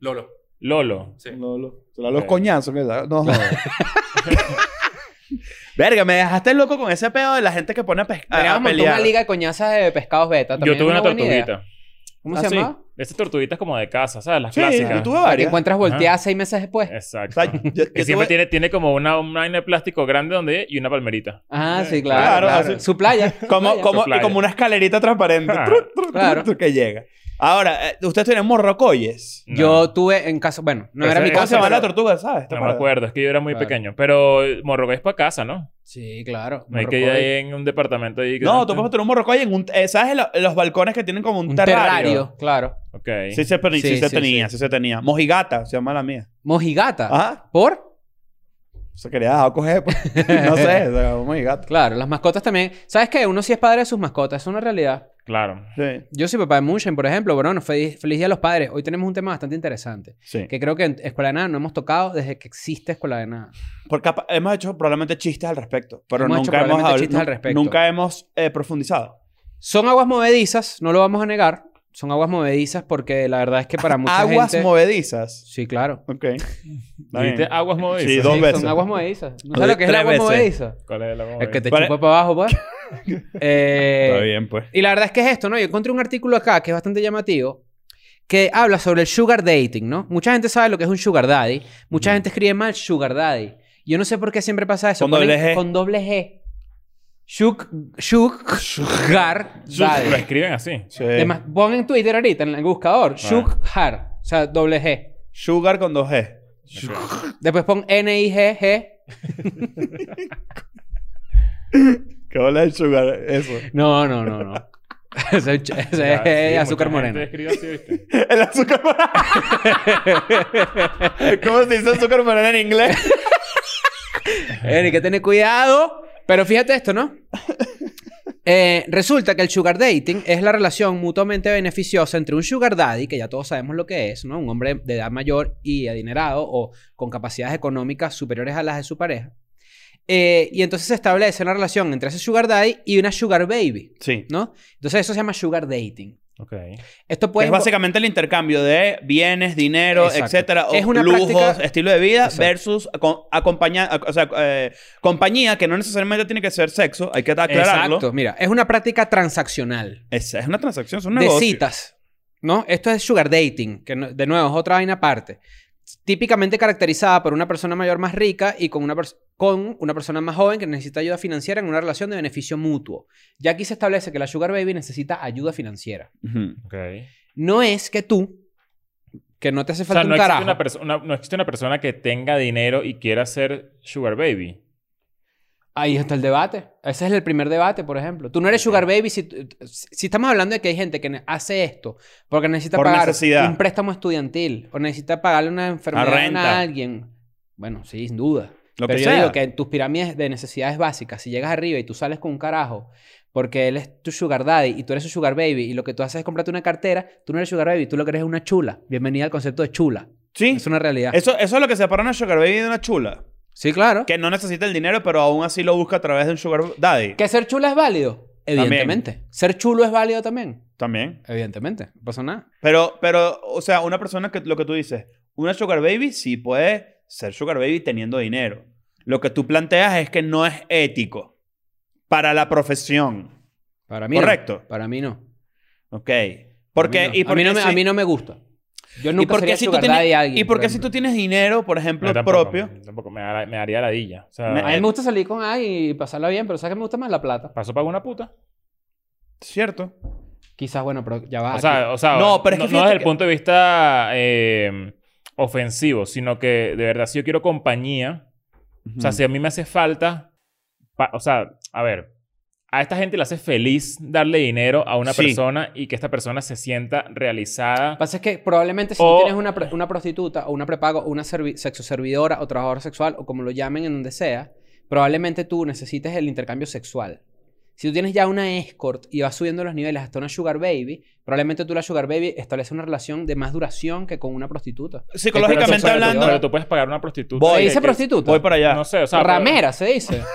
Lolo.
Lolo.
Sí.
No, lo- será los
Ok.
coñazos que da- No jodas. Verga, me dejaste loco con ese pedo de la gente que pone a, pes- a- Ah, a
Deberíamos montar
pelear.
una liga de coñazas de pescados beta.
Yo
también
tuve
es
una
buena idea.
tortuguita.
¿Cómo
Ah,
se
sí. Ah,
llama?
Esas tortuguitas como de casa, ¿sabes? Las
Sí,
clásicas.
yo tuve
La que
varias.
encuentras volteada seis meses después.
Exacto.
O sea, yo- yo
que siempre
tuve-
tiene, tiene como una, un line de plástico grande donde y una palmerita.
Ah, sí,
Claro,
claro. claro.
así-
Su playa. su
Como,
playa.
como,
Playa.
y como una escalerita transparente.
Ajá.
Tru, tru, tru,
Claro.
tru, que llega. Ahora, eh, ustedes tienen morrocoyes.
No,
Yo tuve en caso... Bueno,
Pero
no era
esa-
mi
esa
¿Cómo se
caso.
llama la
pero-
tortuga, sabes? ¿Te
No me
acuerdas?
acuerdo, es que yo era muy
Claro.
pequeño. Pero Morrocoy es para casa, ¿no?
Sí, claro.
No hay que ir
Morrocoy.
ahí en un departamento ahí. que-
No, tú puedes tener un morrocoy en un... eh, ¿Sabes lo- los balcones que tienen como un,
Un
terrario?
terrario, claro.
Ok.
Sí, se, sí,
Sí,
se
sí,
tenía, sí.
sí. Ah.
se tenía. Mojigata se llama la mía.
Mojigata.
Ajá.
¿Por?
Se quería dejar coger, pues. No sé, o sea, mojigata.
Claro, las mascotas también. ¿Sabes qué? Uno sí es padre de sus mascotas, es una realidad.
Claro.
Sí,
Yo soy papá de Munchen, por ejemplo. Bueno, no, feliz, feliz día a los padres. Hoy tenemos un tema bastante interesante.
sí.
Que creo que en Escuela de Nada no hemos tocado desde que existe Escuela de Nada.
Porque apa- hemos hecho probablemente chistes al respecto, pero
Hemos hecho
nunca, hemos
probablemente
habl-
chistes al
nu-
respecto.
nunca hemos eh, profundizado.
Son aguas movedizas, no lo vamos a negar. Son aguas movedizas porque la verdad es que para mucha
Aguas
gente...
movedizas.
Sí, claro.
Ok. Está bien.
¿Viste aguas movedizas?
Sí, dos
Sí,
veces.
Son aguas movedizas. ¿No
Lo
sabes
di
lo que es el
tres
agua
veces.
movediza?
¿Cuál es el agua
El que te
Vale.
chupa para abajo, pues. Eh,
Está bien, pues.
Y la verdad es que es esto, ¿no? Yo encontré un artículo acá que es bastante llamativo que habla sobre el sugar dating, ¿no? Mucha gente sabe lo que es un sugar daddy. Mucha gente escribe mal sugar daddy. Yo no sé por qué siempre pasa eso.
Con doble
Ponen-
G.
Con doble G. Shug, shug- sugar
Lo
daddy.
escriben así.
Sí.
Además, pon en Twitter ahorita, en el buscador, sugar, o sea, doble G.
Sugar con 2G.
Ok.
Después pon N-I-G-G.
¿Qué hola el sugar? Eso.
No, no, no, no. Ese es ch- ese
Ya,
es
sí,
azúcar
mucha
moreno.
gente escribe así, ¿viste?
El azúcar ¿Cómo se dice azúcar moreno en inglés?
Eh, hay que tener cuidado. Pero fíjate esto, ¿no? Eh, resulta que el sugar dating es la relación mutuamente beneficiosa entre un sugar daddy, que ya todos sabemos lo que es, ¿no? Un hombre de edad mayor y adinerado o con capacidades económicas superiores a las de su pareja. Eh, y entonces se establece una relación entre ese sugar daddy y una sugar baby,
Sí.
¿no? Entonces eso se llama sugar dating.
Ok.
Esto
Que
puede
es básicamente el intercambio de bienes, dinero,
Exacto.
etcétera, o
Es una
lujos,
práctica-
estilo de vida
Exacto.
versus aco- acompaña, ac- o sea, eh, compañía que no necesariamente tiene que ser sexo, hay que aclararlo.
Exacto, mira, es una práctica transaccional
Es, es una transacción, es un
de
negocio.
citas, ¿no? Esto es sugar dating, que no- de nuevo es otra vaina aparte. Típicamente caracterizada por una persona mayor más rica y con una, pers- con una persona más joven que necesita ayuda financiera en una relación de beneficio mutuo. Ya aquí se establece que la sugar baby necesita ayuda financiera.
Ujú.
Ok.
No es que tú, que no te hace
O sea,
falta
no
un
existe,
carajo.
una perso- una- no existe una persona que tenga dinero y quiera ser sugar baby.
Ahí está el debate. Ese es el primer debate, por ejemplo. Tú no eres sugar baby si, si estamos hablando de que hay gente que ne- hace esto porque necesita
Por
pagar
necesidad.
un préstamo estudiantil o necesita pagarle una
La
enfermedad
renta.
a alguien. Bueno, sí, sin duda.
Lo
Pero
que
yo
sea.
digo que en tus pirámides de necesidades básicas, si llegas arriba y tú sales con un carajo porque él es tu sugar daddy y tú eres su sugar baby y lo que tú haces es comprarte una cartera, tú no eres sugar baby, tú lo que eres es una chula. Bienvenida al concepto de chula.
Sí.
Es una realidad.
Eso, eso es lo que separa una sugar baby de una chula.
Sí, claro.
Que no necesita el dinero, pero aún así lo busca a través de un sugar daddy.
¿Que ser chula es válido?
También.
Evidentemente. ¿Ser chulo es válido también?
También.
Evidentemente. No pasa nada.
Pero, pero, o sea, una persona que lo que tú dices, una sugar baby sí puede ser sugar baby teniendo dinero. Lo que tú planteas es que no es ético para la profesión.
Para mí no.
Correcto.
Para mí no.
¿Ok. Porque,
Para mí no.
y porque
a, mí no me,
si-
a mí no me gusta. Yo
¿Y
nunca
por qué
sería
si tú
sugar
tienes-
daddy de alguien.
¿Y por qué si
ejemplo.
tú tienes dinero, por ejemplo,
Yo tampoco,
propio?
Tampoco me, hará- me haría ladilla. O sea,
Me-
A mí me gusta salir con alguien y pasarla bien, pero ¿sabes que me gusta más la plata?
¿Pasó para una puta?
Cierto.
Quizás, bueno, pero ya va.
O sea, o sea,
No, pero es Ah, que
no
fíjate
desde el
que-
punto de vista eh, ofensivo, sino que de verdad, si yo quiero compañía, o
Mm.
sea, si a mí me hace falta, pa- o sea, a ver, a esta gente le hace feliz darle dinero a una
Sí.
persona y que esta persona se sienta realizada.
Lo que pasa es que probablemente si
O-
tú tienes una, pro- una prostituta o una prepago o una servi- sexoservidora o trabajadora sexual o como lo llamen en donde sea, probablemente tú necesites el intercambio sexual. Si tú tienes ya una escort y vas subiendo los niveles hasta una sugar baby, probablemente tú la sugar baby establece una relación de más duración que con una prostituta.
Pero tú-
Psicológicamente
pero tú-
hablando,
Pero tú puedes pagar una prostituta.
Voy,
¿Se
que-
dice
que-
prostituta?
voy para allá.
No sé, o sea.
Ramera, se dice.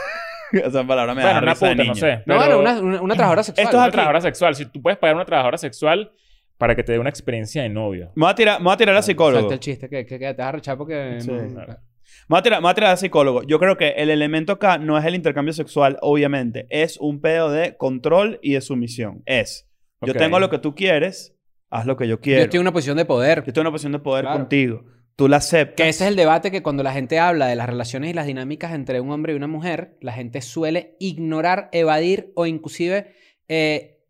Esa palabra me
pero- Bueno,
da
una
risa de
puta, no
niño.
sé.
No,
pero-
bueno, una, una- una trabajadora sexual.
Esto es
una
aquí.
trabajadora sexual. Si tú puedes pagar una trabajadora sexual para que te dé una experiencia de novio.
Me voy a tirar, me voy a tirar a psicólogo.
Suelta el chiste, que, que- que te vas a rechazar porque...
Sí.
no-
Me voy a tirar- me voy a tirar a psicólogo. Yo creo que el elemento acá no es el intercambio sexual, obviamente. Es un pedo de control y de sumisión. Es,
Ok.
yo tengo lo que tú quieres, haz lo que yo
Yo
quiero.
estoy en una posición de poder.
Yo estoy en una posición de poder
Claro.
contigo. Tú la aceptas.
Que ese es el debate que cuando la gente habla de las relaciones y las dinámicas entre un hombre y una mujer, la gente suele ignorar, evadir o inclusive eh,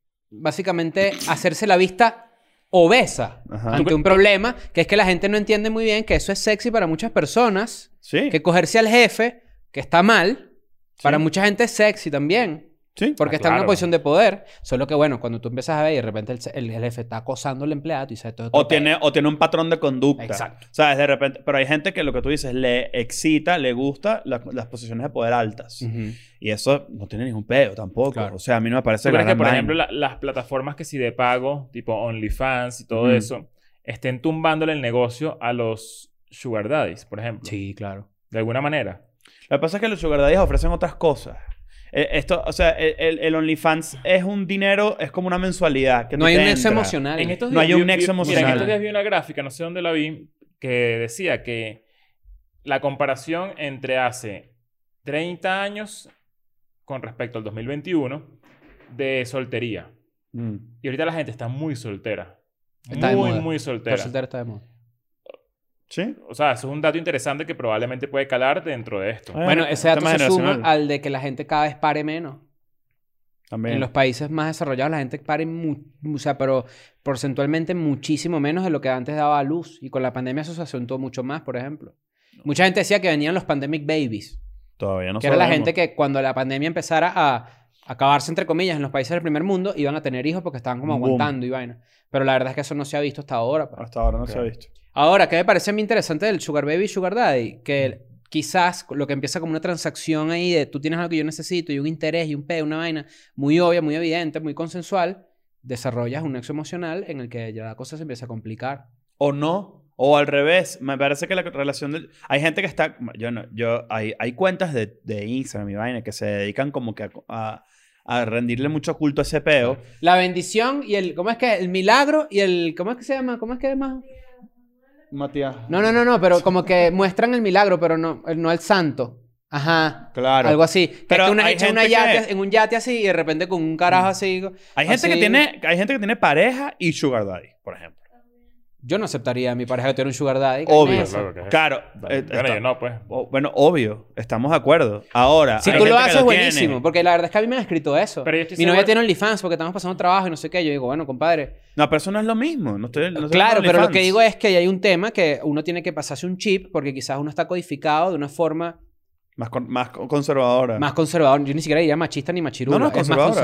básicamente hacerse la vista obesa
Ajá.
ante un problema, que es que la gente no entiende muy bien que eso es sexy para muchas personas,
Sí.
que cogerse al jefe, que está mal,
sí,
para mucha gente es sexy también.
Sí.
Ah,
Porque está en una
claro.
posición de poder. Solo que, bueno, cuando tú empiezas a ver y de repente el, el- el jefe está acosando al empleado, tú dices, esto es otro
O tiene, o tiene un patrón de conducta.
Exacto.
¿Sabes? De repente. Pero hay gente que lo que tú dices le excita, le gusta la- las posiciones de poder altas.
pedo". Ujú.
Y eso no tiene ningún pedo tampoco.
Claro.
O sea, a mí no me parece
¿Tú crees
gran
que, por
vaina.
ejemplo, la- las plataformas que si de pago, tipo OnlyFans y todo
Ujú.
eso, estén tumbándole el negocio a los sugar daddies, por ejemplo?
Sí, claro.
De alguna manera.
Lo que pasa es que los sugar daddies ofrecen otras cosas. Eh, Esto, o sea, el, el- el OnlyFans es un dinero, es como una mensualidad. Que
No
tú
hay
te
un nexo
entra.
emocional.
En estos
No
días
hay un
vi- vi-
nexo
mira, en
emocional.
estos días vi una gráfica, no sé dónde la vi, que decía que la comparación entre hace 30 años con respecto al 2021 de soltería.
Mm.
Y ahorita la gente está muy soltera.
Está de
muy,
moda.
muy
Estar
soltera.
soltero está de moda.
Sí.
O sea, eso es un dato interesante que probablemente puede calar dentro de esto.
Bueno,
Bueno, ese dato
Eh, tema
se suma
generacional.
al de que la gente cada vez pare menos.
También.
En los países más desarrollados la gente pare, mu- o sea, pero porcentualmente muchísimo menos de lo que antes daba a luz. Y con la pandemia eso se acentuó mucho más, por ejemplo. Mucha gente decía que venían los pandemic babies,
Todavía no
que era la
sabemos.
gente que cuando la pandemia empezara a acabarse, entre comillas, en los países del primer mundo, iban a tener hijos porque estaban como
Boom.
aguantando y vaina. Pero la verdad es que eso no se ha visto hasta ahora. pues.
Hasta ahora no se ha visto.
Ahora, ¿qué me parece a mí interesante del Sugar Baby y Sugar Daddy? Que
Mm.
quizás lo que empieza como una transacción ahí de tú tienes algo que yo necesito y un interés y un pedo, una vaina muy obvia, muy evidente, muy consensual, desarrollas un nexo emocional en el que ya la cosa se empieza a complicar.
o no. O al revés, me parece que la relación del... Hay gente que está... Yo no, yo... Hay, hay cuentas de, de Instagram y vaina que se dedican como que a, a- a rendirle mucho culto a ese peo.
La bendición y el. ¿Cómo es que? El milagro y el. ¿Cómo es que se llama? ¿Cómo es que más?
Matías.
No, no, no, no, pero como que muestran el milagro, pero no, el- no el santo. Ajá.
Claro.
Algo así. Que
Pero
esté una,
hay
hecha una
gente
yate-
que-
en un yate así y de repente con un
Mm.
carajo así.
Hay gente, que
así.
tiene, hay gente que tiene pareja y sugar daddy, por ejemplo.
Yo no aceptaría a mi pareja que tuviera un sugar daddy. ¿Qué
Obvio.
es eso?
Claro, claro que-
Claro. eh,
Bueno,
está-
yo no, pues.
o- bueno, obvio. Estamos de acuerdo. Ahora.
Si
hay
tú
gente
lo
que
haces,
tiene.
buenísimo. Porque la verdad es que a mí me han escrito eso.
Pero yo estoy
Mi novia
seguro-
tiene OnlyFans porque estamos pasando trabajo y no sé qué. Yo digo, bueno, compadre.
No, pero eso no es lo mismo. No estoy, no estoy
claro,
hablando de
pero lo
OnlyFans.
que digo es que hay un tema que uno tiene que pasarse un chip porque quizás uno está codificado de una forma
Más, con- más con- conservadora.
más conservadora. Yo ni siquiera diría machista ni machirula.
No, no,
es más
conservadora.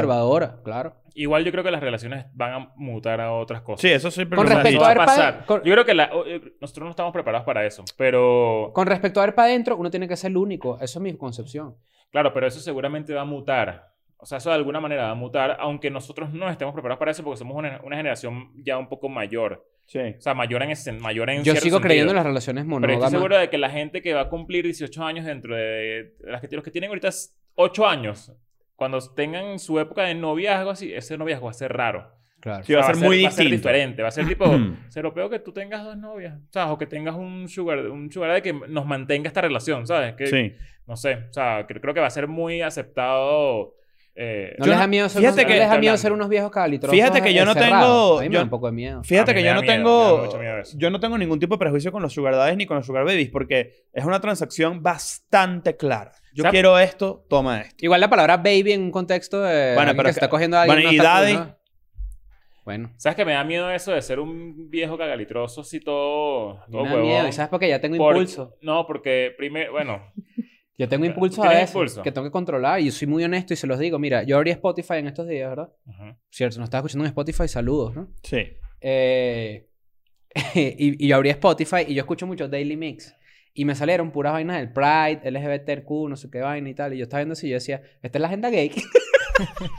conservadora, claro.
Igual yo creo que las relaciones van a mutar a otras cosas.
Sí, eso siempre
Con
lo hemos
respecto
va
a
a
ver,
pasar.
pa- con-
Yo creo que la- o- eh, nosotros no estamos preparados para eso, pero
Con respecto a ver para adentro, uno tiene que ser el único. Eso es mi concepción.
claro, pero eso seguramente va a mutar. O sea, eso de alguna manera va a mutar, aunque nosotros no estemos preparados para eso porque somos una, una generación ya un poco mayor.
eh.
Sí.
O sea, mayor en ese, mayor en
Yo
cierto
sigo creyendo
sentido.
en las relaciones
Pero estoy
monógamas.
seguro de que la gente que va a cumplir 18 años dentro de, de las que, los que tienen ahorita 8 años, cuando tengan su época de noviazgo, así, ese noviazgo va a ser raro.
Claro.
Sí, va a ser muy
va a ser
distinto.
diferente. Va a ser tipo,
Mm.
cero peo que tú tengas dos novias, ¿sabes? O que tengas un sugar, un sugar daddy que nos mantenga esta relación, ¿sabes? Que,
Sí.
No sé, o sea, cre- creo que va a ser muy aceptado. eh,
No
Yo
les
no-
da miedo ser,
fíjate
unos, no
que-
les da miedo
hablando.
ser unos viejos calitrosos. e
Fíjate que yo no
encerrados.
tengo-
A mí me
yo-
da un poco de miedo.
A
Fíjate
mí me
que yo
da
no
miedo, me da
tengo
mucho miedo eso.
yo no tengo ningún tipo de prejuicio con los sugar daddies ni con los sugar babies porque es una transacción bastante clara. Yo
¿Sabes?
quiero esto, toma esto.
Igual la palabra baby en un contexto de.
Bueno, pero
alguien que se
que-
está cogiendo a alguien.
bueno,
no
y
está cool,
daddy.
¿no? Bueno.
¿Sabes que me da miedo eso de ser un viejo cagalitroso así todo,
Oh,
a mí
todo
Me da
huevón?
miedo. ¿Y sabes por qué? Ya tengo
Porque-
impulso.
No, porque primero, bueno,
Yo tengo
Pero,
impulso a
¿tienes
veces
impulso?
que tengo que controlar. Y yo soy muy honesto y se los digo. Mira, yo abrí Spotify en estos días, ¿verdad?
ujú,
Cierto, nos estás escuchando en Spotify. Saludos, ¿no?
Sí.
Eh, y, y yo abrí Spotify y yo escucho mucho Daily Mix. Y me salieron puras vainas del Pride, LGBTQ, no sé qué vaina y tal. Y yo estaba viendo eso y yo decía, esta es la agenda gay.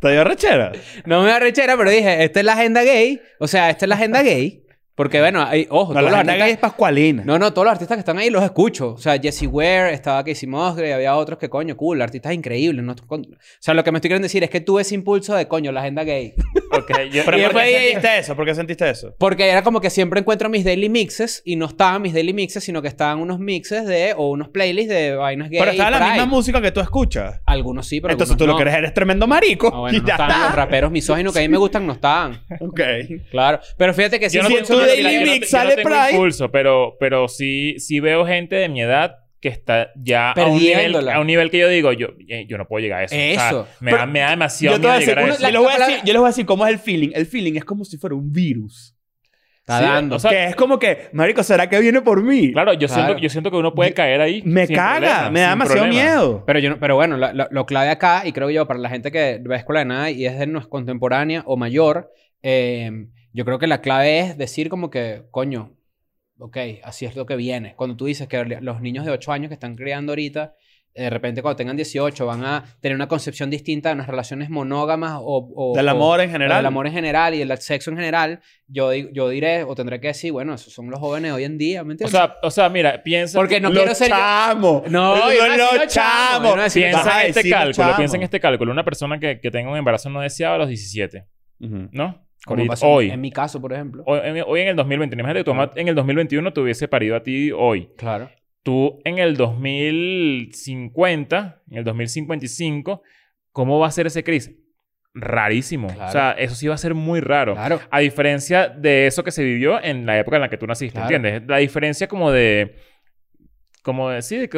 ¿Te dio rechera?
no me da rechera, pero dije, esta es la agenda gay. O sea, esta es la agenda gay. Porque, bueno, hay-
No,
ojo, todos
la
los
agenda
artistas-
gay es pascualina.
No, no, todos los artistas que están ahí los escucho. O sea, Jesse Ware, estaba Casey Musgrave, había otros que, coño, cool, artistas increíbles. no- con- O sea, lo que me estoy queriendo decir es que tuve ese impulso de, coño, la agenda gay.
ok, yo-
Pero
Y
yo-
¿por
después-
qué sentiste eso? ¿Por qué sentiste eso?
Porque era como que siempre encuentro mis daily mixes y no estaban mis daily mixes, sino que estaban unos mixes de, o unos playlists de vainas gay.
Pero estaba
y
la
Pride.
misma música que tú escuchas.
Algunos sí, pero
Entonces tú lo
algunos
que
no.
eres eres tremendo marico.
Ah, bueno,
y
no
ya
estaban los
está.
raperos misóginos que a mí me gustan, no estaban.
Ok.
Claro. Pero fíjate que sí.
yo no
si
tengo-
en tu
yo no-
Daily
mira, yo no te-
Mix
yo no
sale
tengo
Pride-
impulso, pero, pero sí, sí veo gente de mi edad que está ya a un, nivel,
Perdiéndola.
a un nivel que yo digo, yo, eh, yo no puedo llegar a eso. O sea,
Eso.
me,
Pero
da, me da demasiado
Yo, te
miedo
voy a decir,
llegar a
uno-
eso.
yo les voy a
La
decir,
palabra-
yo les voy a decir cómo es el feeling. El feeling es como si fuera un virus.
Está
Sí,
dando.
o sea,
que es como que, marico, ¿será que viene por mí?
Claro, yo,
Claro.
Siento, yo siento que uno puede caer ahí.
Me
sin
caga,
problema,
me da
sin
demasiado
problema.
miedo.
Pero, yo no- pero bueno, la- la- lo clave acá, y creo yo, para la gente que ve Escuela de Nada y es de nos- contemporánea o mayor, eh, yo creo que la clave es decir como que, coño, ok, así es lo que viene. Cuando tú dices que los niños de 8 años que están criando ahorita, de repente cuando tengan 18 van a tener una concepción distinta de unas relaciones monógamas o... o-
Del
o-
amor en
o
general.
Del amor en general y del sexo en general, yo, di- yo diré o tendré que decir, bueno, esos son los jóvenes de hoy en día, ¿me
O
entiendes?
sea, o sea, mira, piensa.
Porque no
Lo
quiero ser yo-
chamo.
No,
Yo
yo no
lo
he sido chamo,
chamo.
yo no he sido
Vas
Piensa
a
en este
decir
cálculo,
chamo.
piensa en este cálculo. Una persona que, que tenga un embarazo no deseado a los 17,
este- Ujú.
¿no?
Como
Ahorita,
pasó en-
hoy.
En mi caso, por ejemplo.
Hoy en, hoy en el 2020. Imagínate que tu mamá en el 2021 te hubiese parido a ti hoy.
Claro.
Tú en el 2050, en el 2055, ¿cómo va a ser ese crisis? Rarísimo.
Claro.
O sea, eso sí va a ser muy raro.
Claro.
A diferencia de eso que se vivió en la época en la que tú naciste,
Claro.
¿entiendes? La diferencia como de... Como decir,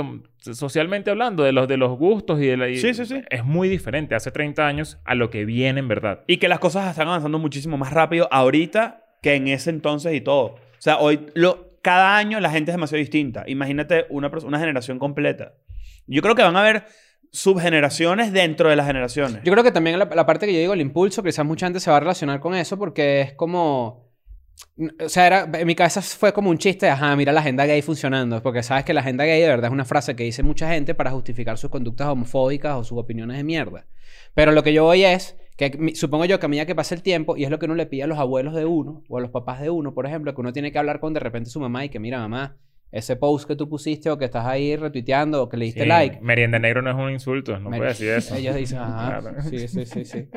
socialmente hablando, de los, de los gustos y de la... y-
Sí, sí, sí.
Es muy diferente hace 30 años a lo que viene en verdad.
Y que las cosas están avanzando muchísimo más rápido ahorita que en ese entonces y todo. O sea, hoy, lo, cada año la gente es demasiado distinta. Imagínate una, pers- una generación completa. Yo creo que van a haber subgeneraciones dentro de las generaciones.
Yo creo que también la, la parte que yo digo, el impulso, quizás mucha gente se va a relacionar con eso porque es como... O sea, era, en mi cabeza fue como un chiste, ajá, mira la agenda gay funcionando, porque sabes que la agenda gay de verdad es una frase que dice mucha gente para justificar sus conductas homofóbicas o sus opiniones de mierda. Pero lo que yo voy es que mi- supongo yo que a medida que pasa el tiempo, y es lo que uno le pide a los abuelos de uno o a los papás de uno, por ejemplo, que uno tiene que hablar con de repente su mamá y que mira, mamá, ese post que tú pusiste o que estás ahí retuiteando o que le diste
Sí,
like.
Eh, Merienda negro no es un insulto, no
Mer-
puedes decir eso.
Ellos dicen, ajá,
Claro.
"Ah, sí, sí, sí, sí.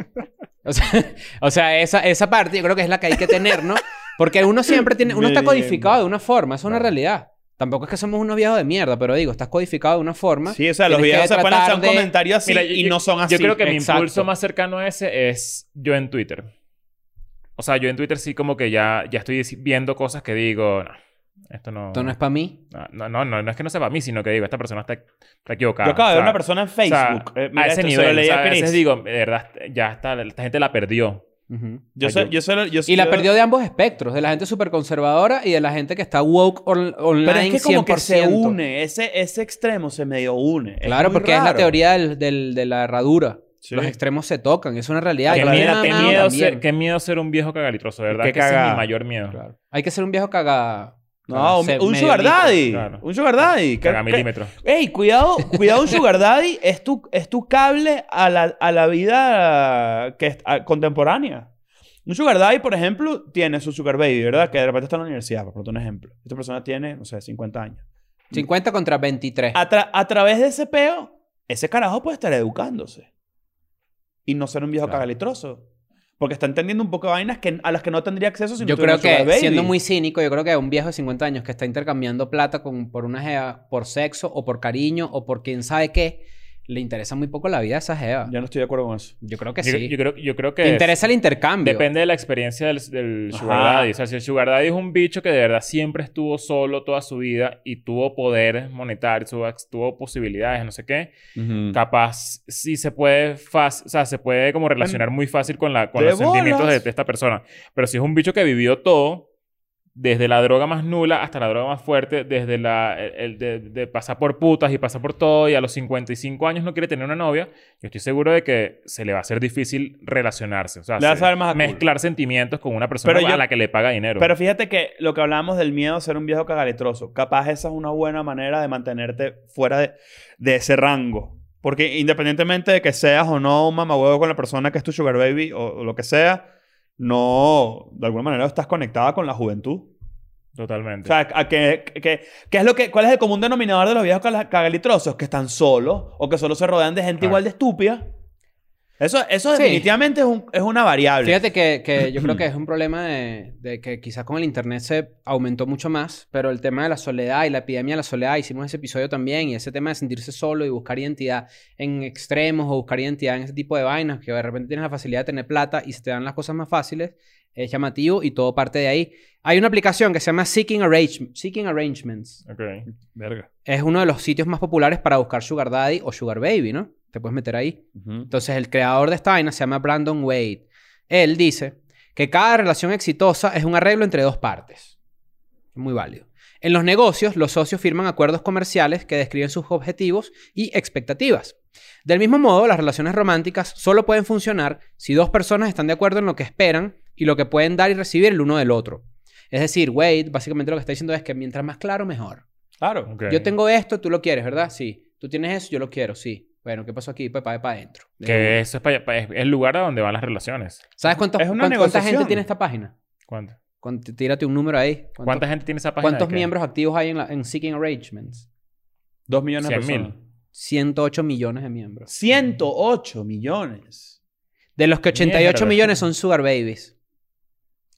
O sea, o sea, esa, esa parte yo creo que es la que hay que tener, ¿no? Porque uno siempre tiene, uno está
Merienda.
codificado de una forma, eso es una
Claro.
realidad. Tampoco es que somos unos viejos de mierda, pero digo, estás codificado de una forma.
Sí, o sea, los
Tienes que
videos se pueden hacer un
tratar de-
comentario así
Mira, yo-
y no son así.
Yo creo que mi
Exacto.
impulso más cercano a ese es yo en Twitter. O sea, yo en Twitter sí como que ya, ya estoy dic- viendo cosas que digo, no, esto no...
Esto no es para mí.
no, no, no, no, no es que no sea para mí, sino que digo, esta persona está, está equivocada.
Yo acabo de
O
ver
sea,
una persona en
o sea,
Facebook. eh, mira
a ese
esto, se lo
nivel,
leí
o sea, a
Chris.
veces digo, de verdad, ya está, esta gente la perdió.
Ujú.
Yo sé-
Ay, yo-
yo sé lo- yo sé-
Y la
yo-
perdió de ambos espectros, de la gente súper conservadora y de la gente que está woke on- online
Pero es que como que se
100%.
une, ese, ese extremo se medio une. Es
Claro,
muy
porque es la
raro.
teoría del- del- de la herradura.
Sí.
Los extremos se tocan, es una realidad.
qué,
Yo estoy
miedo, qué
mamado
miedo
también.
ser, qué miedo ser un viejo cagalitroso, de ¿verdad?
Qué
que ese es
cagada.
mi mayor miedo.
Claro. Hay que ser un viejo caga...
Ah. No, un,
se-
un
medio
sugar
mico.
daddy.
Claro.
Un sugar daddy. Que-
Caga
que-
milímetros.
Ey, cuidado, cuidado un sugar daddy. Es tu, es tu cable a la, a la vida que es- a- contemporánea. Un sugar daddy, por ejemplo, tiene su sugar baby, ¿verdad? Que de repente está en la universidad, por ponerte un ejemplo. Esta persona tiene, no sé, 50 años.
50 contra 23.
A, tra- a través de ese peo, ese carajo puede estar educándose. Y no ser un viejo
Claro.
cagalitroso. Porque está entendiendo un poco de vainas que, a las que no tendría acceso si no
yo
tuviera
creo
un sugar
que,
baby.
siendo muy cínico, yo creo que un viejo de 50 años que está intercambiando plata con, por una jeva, por sexo o por cariño o por quién sabe qué, le interesa muy poco la vida a esa jeva.
Yo no estoy de acuerdo con eso.
Yo creo que
Yo,
sí.
yo creo, yo creo que...
Te
es-
interesa el intercambio.
Depende de la experiencia del, del Sugar
Ajá.
Daddy. O sea, si el Sugar Daddy es un bicho que de verdad siempre estuvo solo toda su vida y tuvo poder monetario, tuvo, tuvo posibilidades, no sé qué, capaz sí se puede, fácil, o sea, se puede como relacionar muy fácil con, la, con
de
los sentimientos de,
bolas.
de esta persona. Pero si es un bicho que vivió todo, desde la droga más nula hasta la droga más fuerte, desde la, el, el de, de pasar por putas y pasar por todo, y a los 55 años no quiere tener una novia, yo estoy seguro de que se le va a hacer difícil relacionarse. O sea,
Le va a
se-
saber más a culo.
mezclar sentimientos con una persona
Pero yo-
a la que le paga dinero.
Pero fíjate que lo que hablábamos del miedo a ser un viejo cagaletroso, capaz esa es una buena manera de mantenerte fuera de, de ese rango. Porque independientemente de que seas o no un mamahuevo con la persona que es tu sugar baby o, o lo que sea, no, de alguna manera estás conectada con la juventud. O
Totalmente.
sea, a que, que- que es lo que, ¿cuál es el común denominador de los viejos cala- cagalitrosos? Que están solos o que solo se rodean de gente
Claro.
igual de estúpida. Eso, eso
Sí.
definitivamente es, un- es una variable.
Fíjate que, que yo creo que es un problema de, de que quizás con el internet se aumentó mucho más, pero el tema de la soledad y la epidemia de la soledad, hicimos ese episodio también, y ese tema de sentirse solo y buscar identidad en extremos o buscar identidad en ese tipo de vainas, que de repente tienes la facilidad de tener plata y se te dan las cosas más fáciles, es llamativo y todo parte de ahí. Hay una aplicación que se llama Seeking, Arrange- Seeking Arrangements.
Ok.
Verga.
Es uno de los sitios más populares para buscar Sugar Daddy o Sugar Baby, ¿no? Te puedes meter ahí. Entonces, el creador de esta vaina se llama Brandon Wade. Él dice que cada relación exitosa es un arreglo entre dos partes. Muy válido. En los negocios, los socios firman acuerdos comerciales que describen sus objetivos y expectativas. Del mismo modo, las relaciones románticas solo pueden funcionar si dos personas están de acuerdo en lo que esperan y lo que pueden dar y recibir el uno del otro. Es decir, Wade básicamente lo que está diciendo es que mientras más claro, mejor.
Claro.
ok.
Yo tengo esto, tú lo quieres, ¿verdad? Sí. Tú tienes eso, yo lo quiero, sí. Bueno, ¿qué pasó aquí? Pues para adentro. De una.
Que eso es, pa- pa- es el lugar a donde van las relaciones.
¿Sabes cuántos-
Es una
cuán- cuánta
negociación.
gente tiene esta página?
¿Cuánto?
Cuán- Tírate un número ahí. ¿Cuántos,
¿Cuánta gente tiene esa página?
cuántos
de qué?
miembros activos hay en, la- en Seeking Arrangements?
Dos millones de
Cien mil.
personas.
108 millones de miembros.
108 millones.
De los que 88
Mierda.
millones son sugar babies.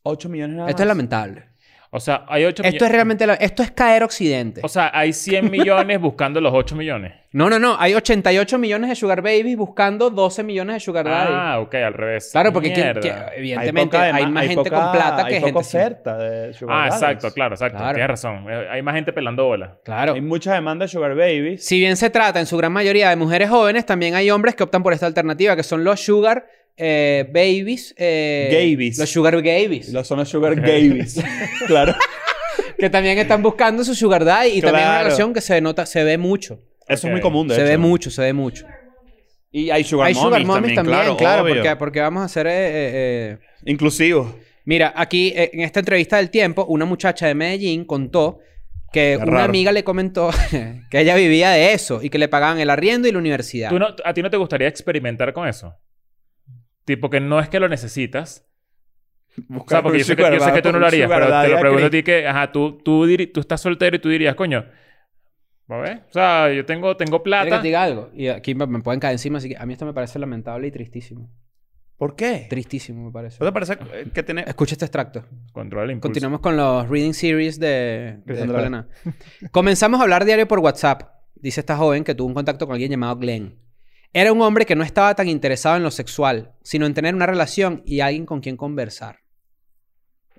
8 millones nada
Esto es
más.
lamentable.
O sea, hay 8
Esto es realmente... la- Esto es caer occidente.
O sea, hay 100 millones buscando los 8 millones.
No, no, no. Hay 88 millones de sugar babies buscando 12 millones de sugar daddy.
Ah, ok, al revés.
claro, porque quien-
Mierda. Ah,
que- evidentemente
poca
hay,
dema-
más gente
poca-
con plata que
hay
gente
poca
sin-
oferta de sugar
Ah,
daddies.
exacto, claro, exacto.
Claro.
Tienes razón. Eh, Hay más gente pelando bola.
Claro.
Hay mucha demanda de sugar babies.
Si bien se trata en su gran mayoría de mujeres jóvenes, también hay hombres que optan por esta alternativa, que son los sugar eh, babies. eh,
Gabies.
Los sugar babies.
Los son los sugar babies. claro.
Que también están buscando su sugar daddy. Y también es una
Claro.
relación que se nota, se ve mucho.
Eso
Ok.
es muy común, de
se
hecho.
ve mucho, se ve mucho.
Y hay sugar
hay
mommies
sugar mommies también, claro,
obvio.
porque, porque vamos a hacer... eh, eh, eh,
Inclusivo.
Mira, aquí eh, en esta entrevista del tiempo, una muchacha de Medellín contó que
Qué
una
raro.
amiga le comentó que ella vivía de eso y que le pagaban el arriendo y la universidad.
¿Tú no- ¿A ti no te gustaría experimentar con eso? Tipo que no es que lo necesitas, O sea, porque yo sé, que, yo sé que tú no lo harías, pero te lo pregunto a
ti.
ti que, ajá, tú, tú, diri- tú estás soltero y tú dirías, coño, a ver, o sea, yo tengo, tengo
Quiero que
plata.
te diga algo. Y aquí me, me pueden caer encima, así que a mí esto me parece lamentable y tristísimo.
¿Por qué?
Tristísimo me parece.
¿No te parece eh, que tiene...?
Escucha este extracto.
Controla el impulso.
Continuamos con los reading series de, de
Cristian
Escuela
Drago.
Nada. Comenzamos a hablar diario por WhatsApp, dice esta joven que tuvo un contacto con alguien llamado Glenn. Era un hombre que no estaba tan interesado en lo sexual, sino en tener una relación y alguien con quien conversar.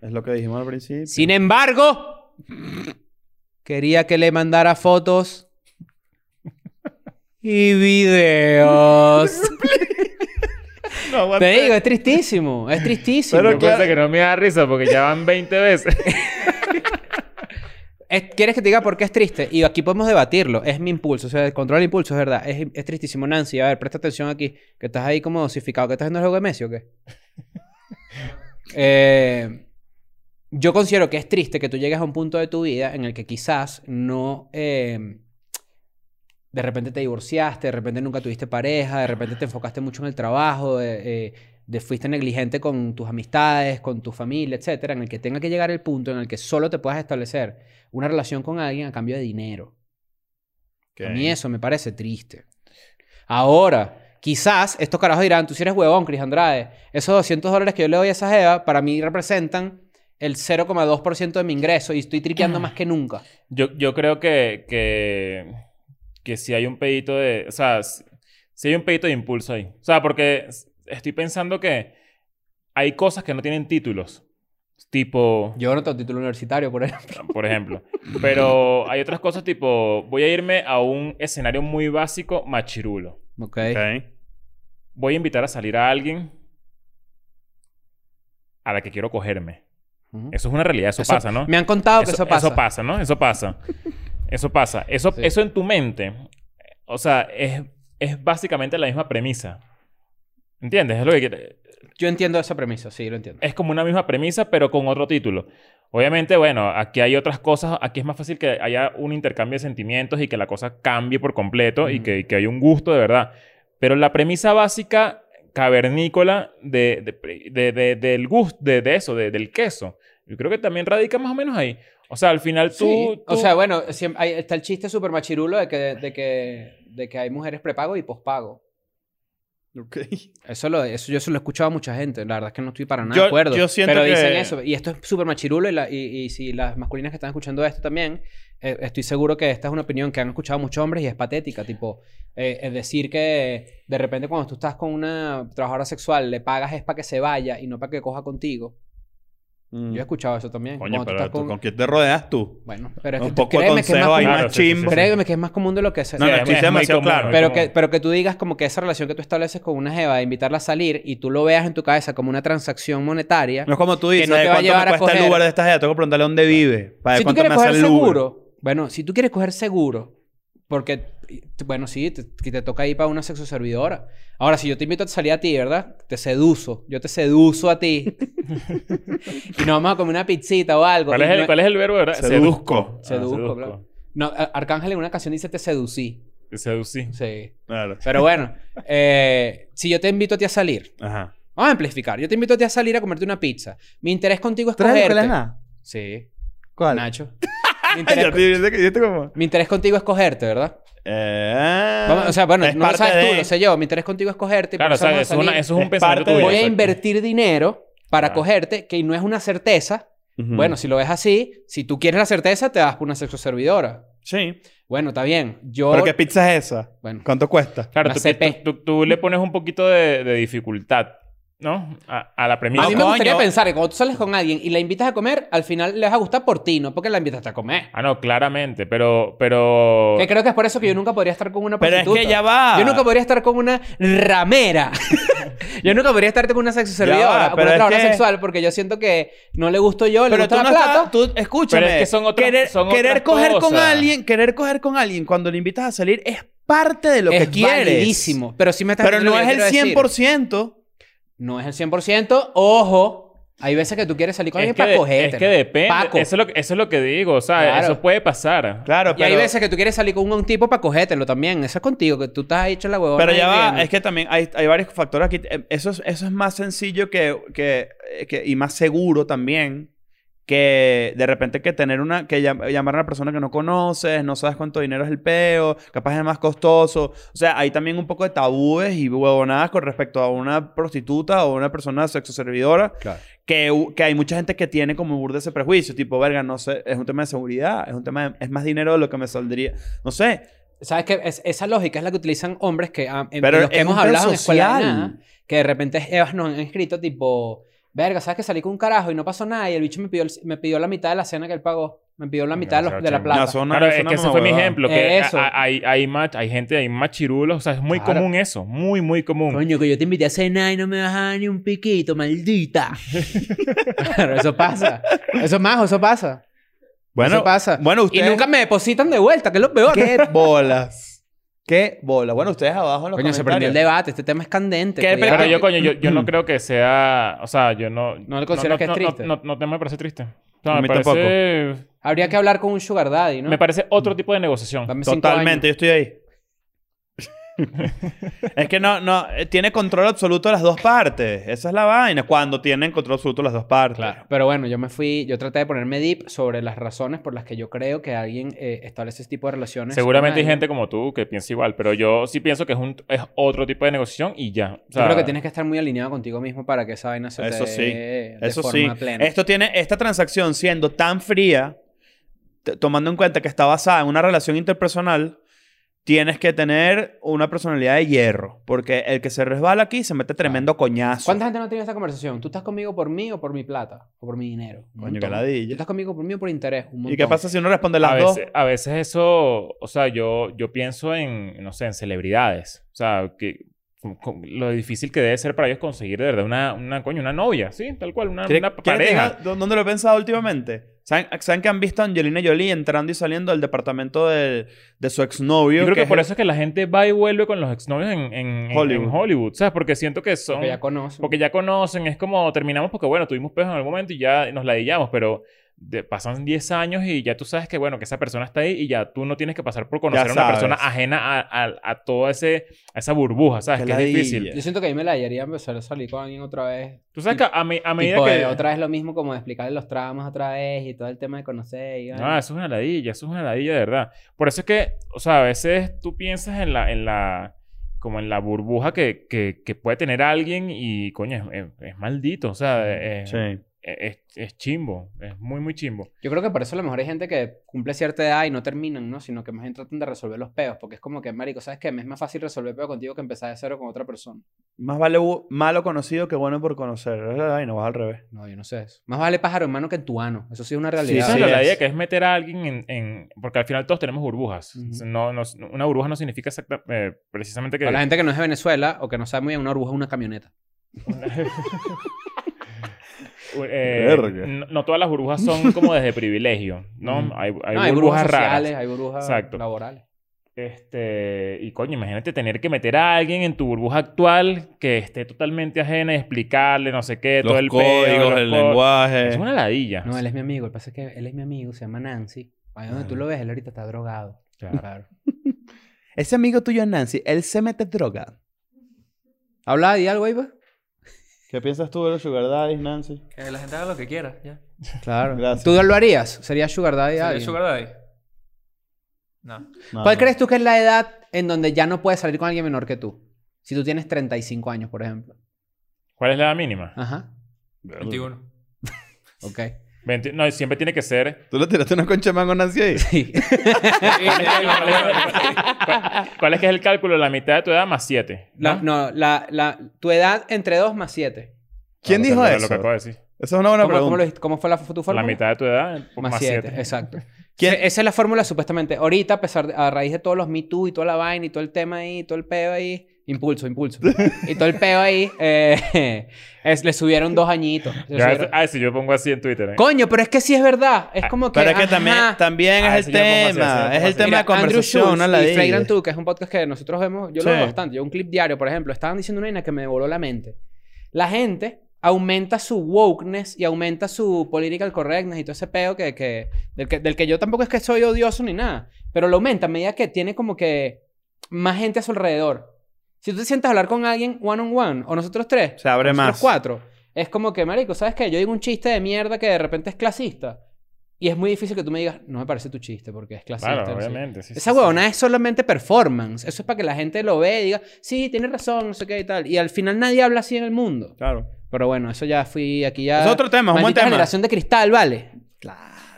Es lo que dijimos al principio.
Sin embargo, quería que le mandara fotos y videos.
No, what
Te
the-
digo, es tristísimo, es tristísimo.
Pero
Yo pensé que no me da risa porque ya van 20 veces.
Es- ¿Quieres que te diga por qué es triste? Y aquí podemos debatirlo. Es mi impulso. O sea, el control del impulso, es verdad. Es, es tristísimo, Nancy. A ver, presta atención aquí. Que estás ahí como dosificado. ¿Qué estás haciendo el juego de Messi o qué? Eh, yo considero que es triste que tú llegues a un punto de tu vida en el que quizás no... eh, de repente te divorciaste, de repente nunca tuviste pareja, de repente te enfocaste mucho en el trabajo, de- eh, de fuiste negligente con tus amistades, con tu familia, etcétera, en el que tenga que llegar el punto en el que solo te puedas establecer una relación con alguien a cambio de dinero.
Ok.
A mí eso me parece triste. Ahora, quizás estos carajos dirán, tú si eres huevón, Cris Andrade, esos 200 dólares que yo le doy a esa jeva para mí representan el 0,2% de mi ingreso y estoy triqueando más que nunca.
Yo, yo creo que, que, que si hay un pedito de. O sea, si, si hay un pedito de impulso ahí. O sea, porque s- estoy pensando que hay cosas que no tienen títulos. Tipo,
Yo no tengo título universitario, por ejemplo.
por ejemplo. Pero hay otras cosas tipo, voy a irme a un escenario muy básico, machirulo.
Ok.
Ok.
Voy a invitar a salir a alguien a la que quiero cogerme.
Ujú.
Eso es una realidad, eso,
Eso-
pasa, ¿no?
Me han contado que Ah, eso pasa.
Eso pasa, ¿no? Eso pasa. Eso pasa. Eso,
Sí.
eso en tu mente, o sea, es, es básicamente la misma premisa. ¿Entiendes? Es, lo que, quiere-
Yo entiendo esa premisa, sí, lo entiendo.
es como una misma premisa, pero con otro título. Obviamente, bueno, aquí hay otras cosas. Aquí es más fácil que haya un intercambio de sentimientos y que la cosa cambie por completo y
Ujú.
que, y que haya un gusto de verdad. Pero la premisa básica cavernícola de, de- de- de- del gusto, de, de eso, de- del queso, yo creo que también radica más o menos ahí. O sea, al final tú...
Sí, O
tú-
sea, bueno, siem- hay- está el chiste súper machirulo de que, de, que, de que hay mujeres prepago y pospago.
Ok.
Eso, lo, eso yo se lo he escuchado a mucha gente. La verdad es que no estoy para nada
Yo-
de acuerdo.
yo siento
pero
que-
dicen eso. Y esto es súper machirulo. Y, la- y- y si las masculinas que están escuchando esto también, eh, estoy seguro que esta es una opinión que han escuchado muchos hombres y es patética. Tipo, eh, es decir que de repente cuando tú estás con una trabajadora sexual, le pagas es para que se vaya y no para que coja contigo.
Mm.
Yo he escuchado eso también.
Coño,
Cuando tú
pero
estás
tú,
con-
¿con quién te rodeas tú?
Bueno, pero es que
Un
tú-
poco de
créeme que es más
consejo ahí
común-
Claro, sí, sí,
machimbo.
sí, sí.
Créeme que es más común de lo que se...
No,
Sí,
no,
es-
estoy
es muy
demasiado
común,
claro.
es
Pero
como-
que, pero que tú digas como que esa relación que tú estableces con una jeva de invitarla a salir y tú lo veas en tu cabeza como una transacción monetaria.
No es como tú dices,
no te
"Eh,
va a
¿cuánto
llevar a
me cuesta el
coger".
Uber de esta gente? Tengo que preguntarle dónde vive. Para ver
si tú
cuánto
quieres
me hace
coger
el Uber.
seguro, bueno, si tú quieres coger seguro, porque, y- bueno, sí, te, que te toca ir para una sexo servidora. Ahora, si yo te invito a salir a ti, ¿verdad? Te seduzo, yo te seduzo a ti. y nos vamos a comer una pizzita o algo.
¿Cuál
y
es, el,
no-
cuál es el verbo, verdad?
Seduzco.
Ah,
eh, Seduzco, claro. No, Ar- Arcángel en una canción dice te seducí.
Seducí.
Sí.
Claro.
Pero bueno, eh, si yo te invito a ti a salir,
Ajá.
Vamos a amplificar. Yo te invito a ti a salir a comerte una pizza. Mi interés contigo es
¿Tú eres de
cogerte.
Pelana?
Sí,
¿Cuál?
Nacho. Mi
Ay,
interés,
yo te- yo te- yo te como-
mi interés contigo es cogerte, ¿verdad?
Eh,
Vamos- o sea, bueno,
es
no lo
parte
sabes tú,
de-
lo sé yo. Mi interés contigo es cogerte. y por
Claro, o
eso
sea,
vamos a
eso es, una-
salir.
eso es un
Es
pensamiento
parte de-
tuyo.
Voy a
exacto.
invertir dinero para
Claro. Mm.
cogerte, que no es una certeza.
Ujú.
Bueno, si lo ves así, si tú quieres la certeza, te vas por una sexo servidora.
Sí.
Bueno, está bien. Yo.
¿Pero qué pizza es esa?
Bueno,
¿Cuánto cuesta?
Claro,
Una
tú,
CP.
tú- tú- tú le pones un poquito de, de dificultad, ¿no? A, a la premisa.
a mí me
coño.
gustaría pensar que cuando tú sales con alguien y la invitas a comer, al final le vas a gustar por ti, no porque la invitaste a comer.
Ah, no, claramente, pero... pero...
Que creo que es por eso que yo nunca podría estar con una
Pero es
prostituta.
que ya va.
Yo nunca podría estar con una ramera. yo nunca podría estar con una
Ya
sexo
va,
servidora o con
pero
una
es
trabajadora
que-
sexual porque yo siento que no le gusto yo, le
Pero
gusta
tú
la
no
plata.
estás... Tú, escúchame.
Pero es que son otras-
querer
son
querer
otras
coger con
cosas.
alguien, querer coger con alguien cuando le invitas a salir es parte de lo
es
que quieres.
validísimo. Pero sí me estás
Pero
entendiendo
no
lo
es
que
el
yo quiero decir.
100%.
No es el 100%. Ojo. Hay veces que tú quieres salir con
Es
alguien
que,
para
de-
cogerte.
es que depende.
Paco.
Eso, es lo, que- eso es lo que digo. O sea,
Claro.
eso puede pasar.
Claro,
Y
pero...
hay veces que tú quieres salir con un tipo para cogértelo también. Eso es contigo, que tú estás hecho la huevona.
Pero
ahí
ya va,
riendo.
es que también hay, hay varios factores aquí. Eh, Eso es, eso es más sencillo que, que, eh, que- y más seguro también que de repente que tener una, que llam- llamar a una persona que no conoces, no sabes cuánto dinero es el peo, capaz es más costoso. O sea, hay también un poco de tabúes y huevonadas con respecto a una prostituta o una persona sexoservidora
Claro.
que, u- que hay mucha gente que tiene como burda ese prejuicio, tipo, verga, no sé, es un tema de seguridad, es un tema de- es más dinero de lo que me saldría, no sé,
¿Sabes qué? Es- esa lógica es la que utilizan hombres que, ah, en,
Pero
en los que
es
hemos
un pedo
hablado en escuela de
social.
nada, que de repente Evas nos han escrito tipo, verga, ¿sabes que salí con un carajo y no pasó nada? Y el bicho me pidió, el- me pidió la mitad de la cena que él pagó. Me pidió la mitad de, los- de la plata.
No, son-
Claro, es
son
que
una
ese fue mi
mamahuevada.
ejemplo. Que
Eso.
a- a- hay, hay, mach- hay gente, hay machirulos. O sea, es muy
Claro.
común eso. Muy, muy común.
Coño, que yo te invité a cenar y no me vas a dar ni un piquito, maldita. Claro, eso pasa. Eso es majo, eso pasa. eso pasa.
Bueno,
y
ustedes...
nunca me depositan de vuelta, que es lo peor.
¡Qué bolas! ¡Qué bolas! Bueno, ustedes abajo en los
Coño, se prendió el
comentarios.
debate. Este tema es candente.
¿Qué
cuidado.
Pero yo, coño, yo, yo no creo que sea... O sea, yo no...
¿No le consideras que es triste?
No, no- no me parece triste. O sea,
A
me
mí
parece...
Habría que hablar con un sugar daddy, ¿no?
Me parece otro tipo de negociación.
Dame cinco
Totalmente, yo estoy ahí. es que no, no... eh, Tiene control absoluto de las dos partes. Esa es la vaina. Cuando tienen control absoluto de las dos partes.
Claro. Pero bueno, yo me fui, yo traté de ponerme deep sobre las razones por las que yo creo que alguien eh, establece ese tipo de relaciones.
Seguramente hay
con alguien.
gente como tú que piensa igual, pero yo sí pienso que es, un, es otro tipo de negociación y ya. O sea,
yo creo que tienes que estar muy alineado contigo mismo para que esa vaina se
Eso
te
sí.
dé de
Eso sí.
forma plena.
Esto tiene... Esta transacción siendo tan fría, t- tomando en cuenta que está basada en una relación interpersonal, tienes que tener una personalidad de hierro. Porque el que se resbala aquí se mete tremendo coñazo.
¿Cuánta gente no ha tenido esta conversación? ¿Tú estás conmigo por mí o por mi plata? ¿O por mi dinero? Un
Coño,
montón.
qué ladilla.
¿Tú estás conmigo por mí o por interés? Un montón.
¿Y qué pasa si uno responde las
a
dos?
veces, a veces eso, o sea, yo, yo pienso en, no sé, en celebridades. O sea, que con- con lo difícil que debe ser para ellos conseguir de verdad una, una coño, una novia, ¿sí? Tal cual, una,
¿Quiere-
una
quiere que
pareja.
diga dó- ¿Dónde lo he pensado últimamente? ¿Saben, saben que han visto a Angelina Jolie entrando y saliendo del departamento del- de su exnovio?
Yo creo que,
es
por
el-
eso es que la gente va y vuelve con los exnovios en, en, en- en Hollywood.
Hollywood.
¿sabes? Porque siento que son...
Porque ya conozco.
Porque ya conocen, es como terminamos porque, bueno, tuvimos peos en algún momento y ya nos ladillamos, pero de- pasan 10 años y ya tú sabes que, bueno, que esa persona está ahí y ya tú no tienes que pasar por conocer
Ya
a una
sabes.
persona ajena a, a, a toda ese, a esa burbuja, ¿sabes?
Qué
Que es difícil.
ladilla.
Yo siento que a mí me la hallaría empezar a salir con alguien otra vez.
Tú sabes que a, me- a medida
Tipo,
que...
eh, otra vez lo mismo como de explicarle los tramos otra vez y todo el tema de conocer y...
No, eso es una ladilla, eso es una ladilla de verdad. Por eso es que, o sea, a veces tú piensas en la, en la, como en la burbuja que, que, que puede tener alguien y, coño, es, es- es maldito, o sea, es,
Sí.
es, es chimbo, es muy, muy chimbo.
Yo creo que por eso a lo mejor hay gente que cumple cierta edad y no terminan, ¿no? Sino que más bien tratan de resolver los peos. Porque es como que, marico, ¿sabes qué? Me es más fácil resolver peo contigo que empezar de cero con otra persona.
Más vale bu- malo conocido que bueno por conocer. Ay, no vas al revés.
No, yo no sé eso. Más vale pájaro en mano que en tu ano. Eso sí es una realidad.
Esa es
Sí,
la
es.
idea que es meter a alguien en, en- Porque al final todos tenemos burbujas.
Ujú.
O sea, no, no- una burbuja no significa exacta- eh, precisamente que.
Para la gente que no es de Venezuela o que no sabe muy bien, una burbuja es una camioneta.
eh,
Verga.
no, no todas las burbujas son como desde privilegio, ¿no?
Ujú.
Hay, hay
No,
burbujas,
sociales,
raras.
hay burbujas
Exacto.
laborales.
Este, y coño, imagínate tener que meter a alguien en tu burbuja actual que esté totalmente ajena y explicarle, no sé qué, todo el pedo, los co-
lenguaje.
Es una ladilla.
No, él es mi amigo. El pasa es que él es mi amigo, se llama Nancy. Ahí donde tú lo ves, él ahorita está drogado.
Claro.
Claro.
Ese amigo tuyo, Nancy, él se mete droga.
Habla de algo, ahí, pues.
¿Qué piensas tú de los sugar daddies, Nancy?
Que la gente haga lo que quiera, ya.
Claro.
Gracias.
¿Tú lo harías? ¿Sería Sugar Daddy?
¿Sería
alguien?
Sugar Daddy? No.
No,
¿Cuál
no.
crees tú que es la edad en donde ya no puedes salir con alguien menor que tú? Si tú tienes 35 años, por ejemplo.
¿Cuál es la edad mínima?
Ajá.
21.
Ok.
20 no, siempre tiene que ser.
¿Tú le tiraste una concha de mango a Nancy ahí?
Sí.
¿Cuál es que es el cálculo? La mitad de tu edad más 7.
La- no, la, la, tu edad entre 2 más 7.
¿Quién
Lo que-
dijo
lo que
eso?
acabo de decir.
Esa es una buena
¿Cómo, cómo lo
pregunta.
dijiste? ¿Cómo fue la, f- tu fórmula?
La mitad de tu edad pues,
Más 7, exacto.
¿Quién-
Se- Esa es la fórmula supuestamente. Ahorita, a, pesar de- a raíz de todos los Me Too y toda la vaina y todo el tema ahí, todo el peo ahí. Impulso, impulso. y todo el peo ahí. eh, es- le subieron dos añitos. Le subieron-
Ah, si yo pongo así en Twitter. ¿eh?
Coño, pero es que sí es verdad. Es como que.
ah, Pero es que
ajá.
también, también
Ah,
es
ese
el
yo lo pongo así, ese yo lo
tema.
pongo
Es el
así.
tema de conversación,
Schultz
una
y
ladilla.
Flagrant 2, que es un podcast que nosotros vemos, yo
Sí.
lo veo bastante. Yo un clip diario, por ejemplo, estaban diciendo una vaina que me voló la mente. La gente aumenta su wokeness y aumenta su political correctness y todo ese peo que, que, del, que, del que yo tampoco es que soy odioso ni nada, pero lo aumenta a medida que tiene como que más gente a su alrededor. Si tú te sientas a hablar con alguien one on one, o nosotros tres,
Se abre
los
más.
cuatro. Es como que, marico, ¿sabes qué? Yo digo un chiste de mierda que de repente es clasista. Y es muy difícil que tú me digas, no me parece tu chiste porque es clasista.
Claro,
no sé qué".
obviamente. sí,
Esa
sí, sí.
huevona es solamente performance. Eso es para que la gente lo vea y diga, sí, tienes razón, no sé qué y tal. Y al final nadie habla así en el mundo.
Claro.
Pero bueno, eso ya fui aquí ya.
Es otro tema, es un buen
Maldita
tema.
generación de cristal, vale.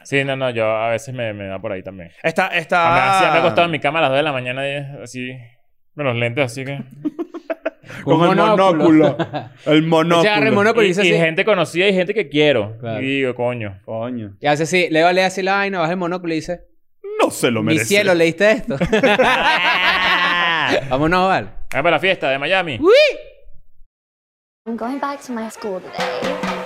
Sí, no, no, yo a veces me, me da por ahí también.
Esta,
A mí-
esta...
así,
Ah.
me he acostado en mi cama a las 2 de la mañana y es así, con los lentes así que...
Con el monóculo. El monóculo.
Se agarra el monóculo y
Y,
dice
y
así.
gente conocida y gente que quiero.
Claro.
Y digo, coño.
Coño.
Y hace así, Leo le hace la vaina, baja el monóculo y dice,
No se lo
mi
merece.
cielo, ¿leíste esto? Vámonos, Val. Uh,
Vamos para la fiesta de Miami.
I'm going back to my school today.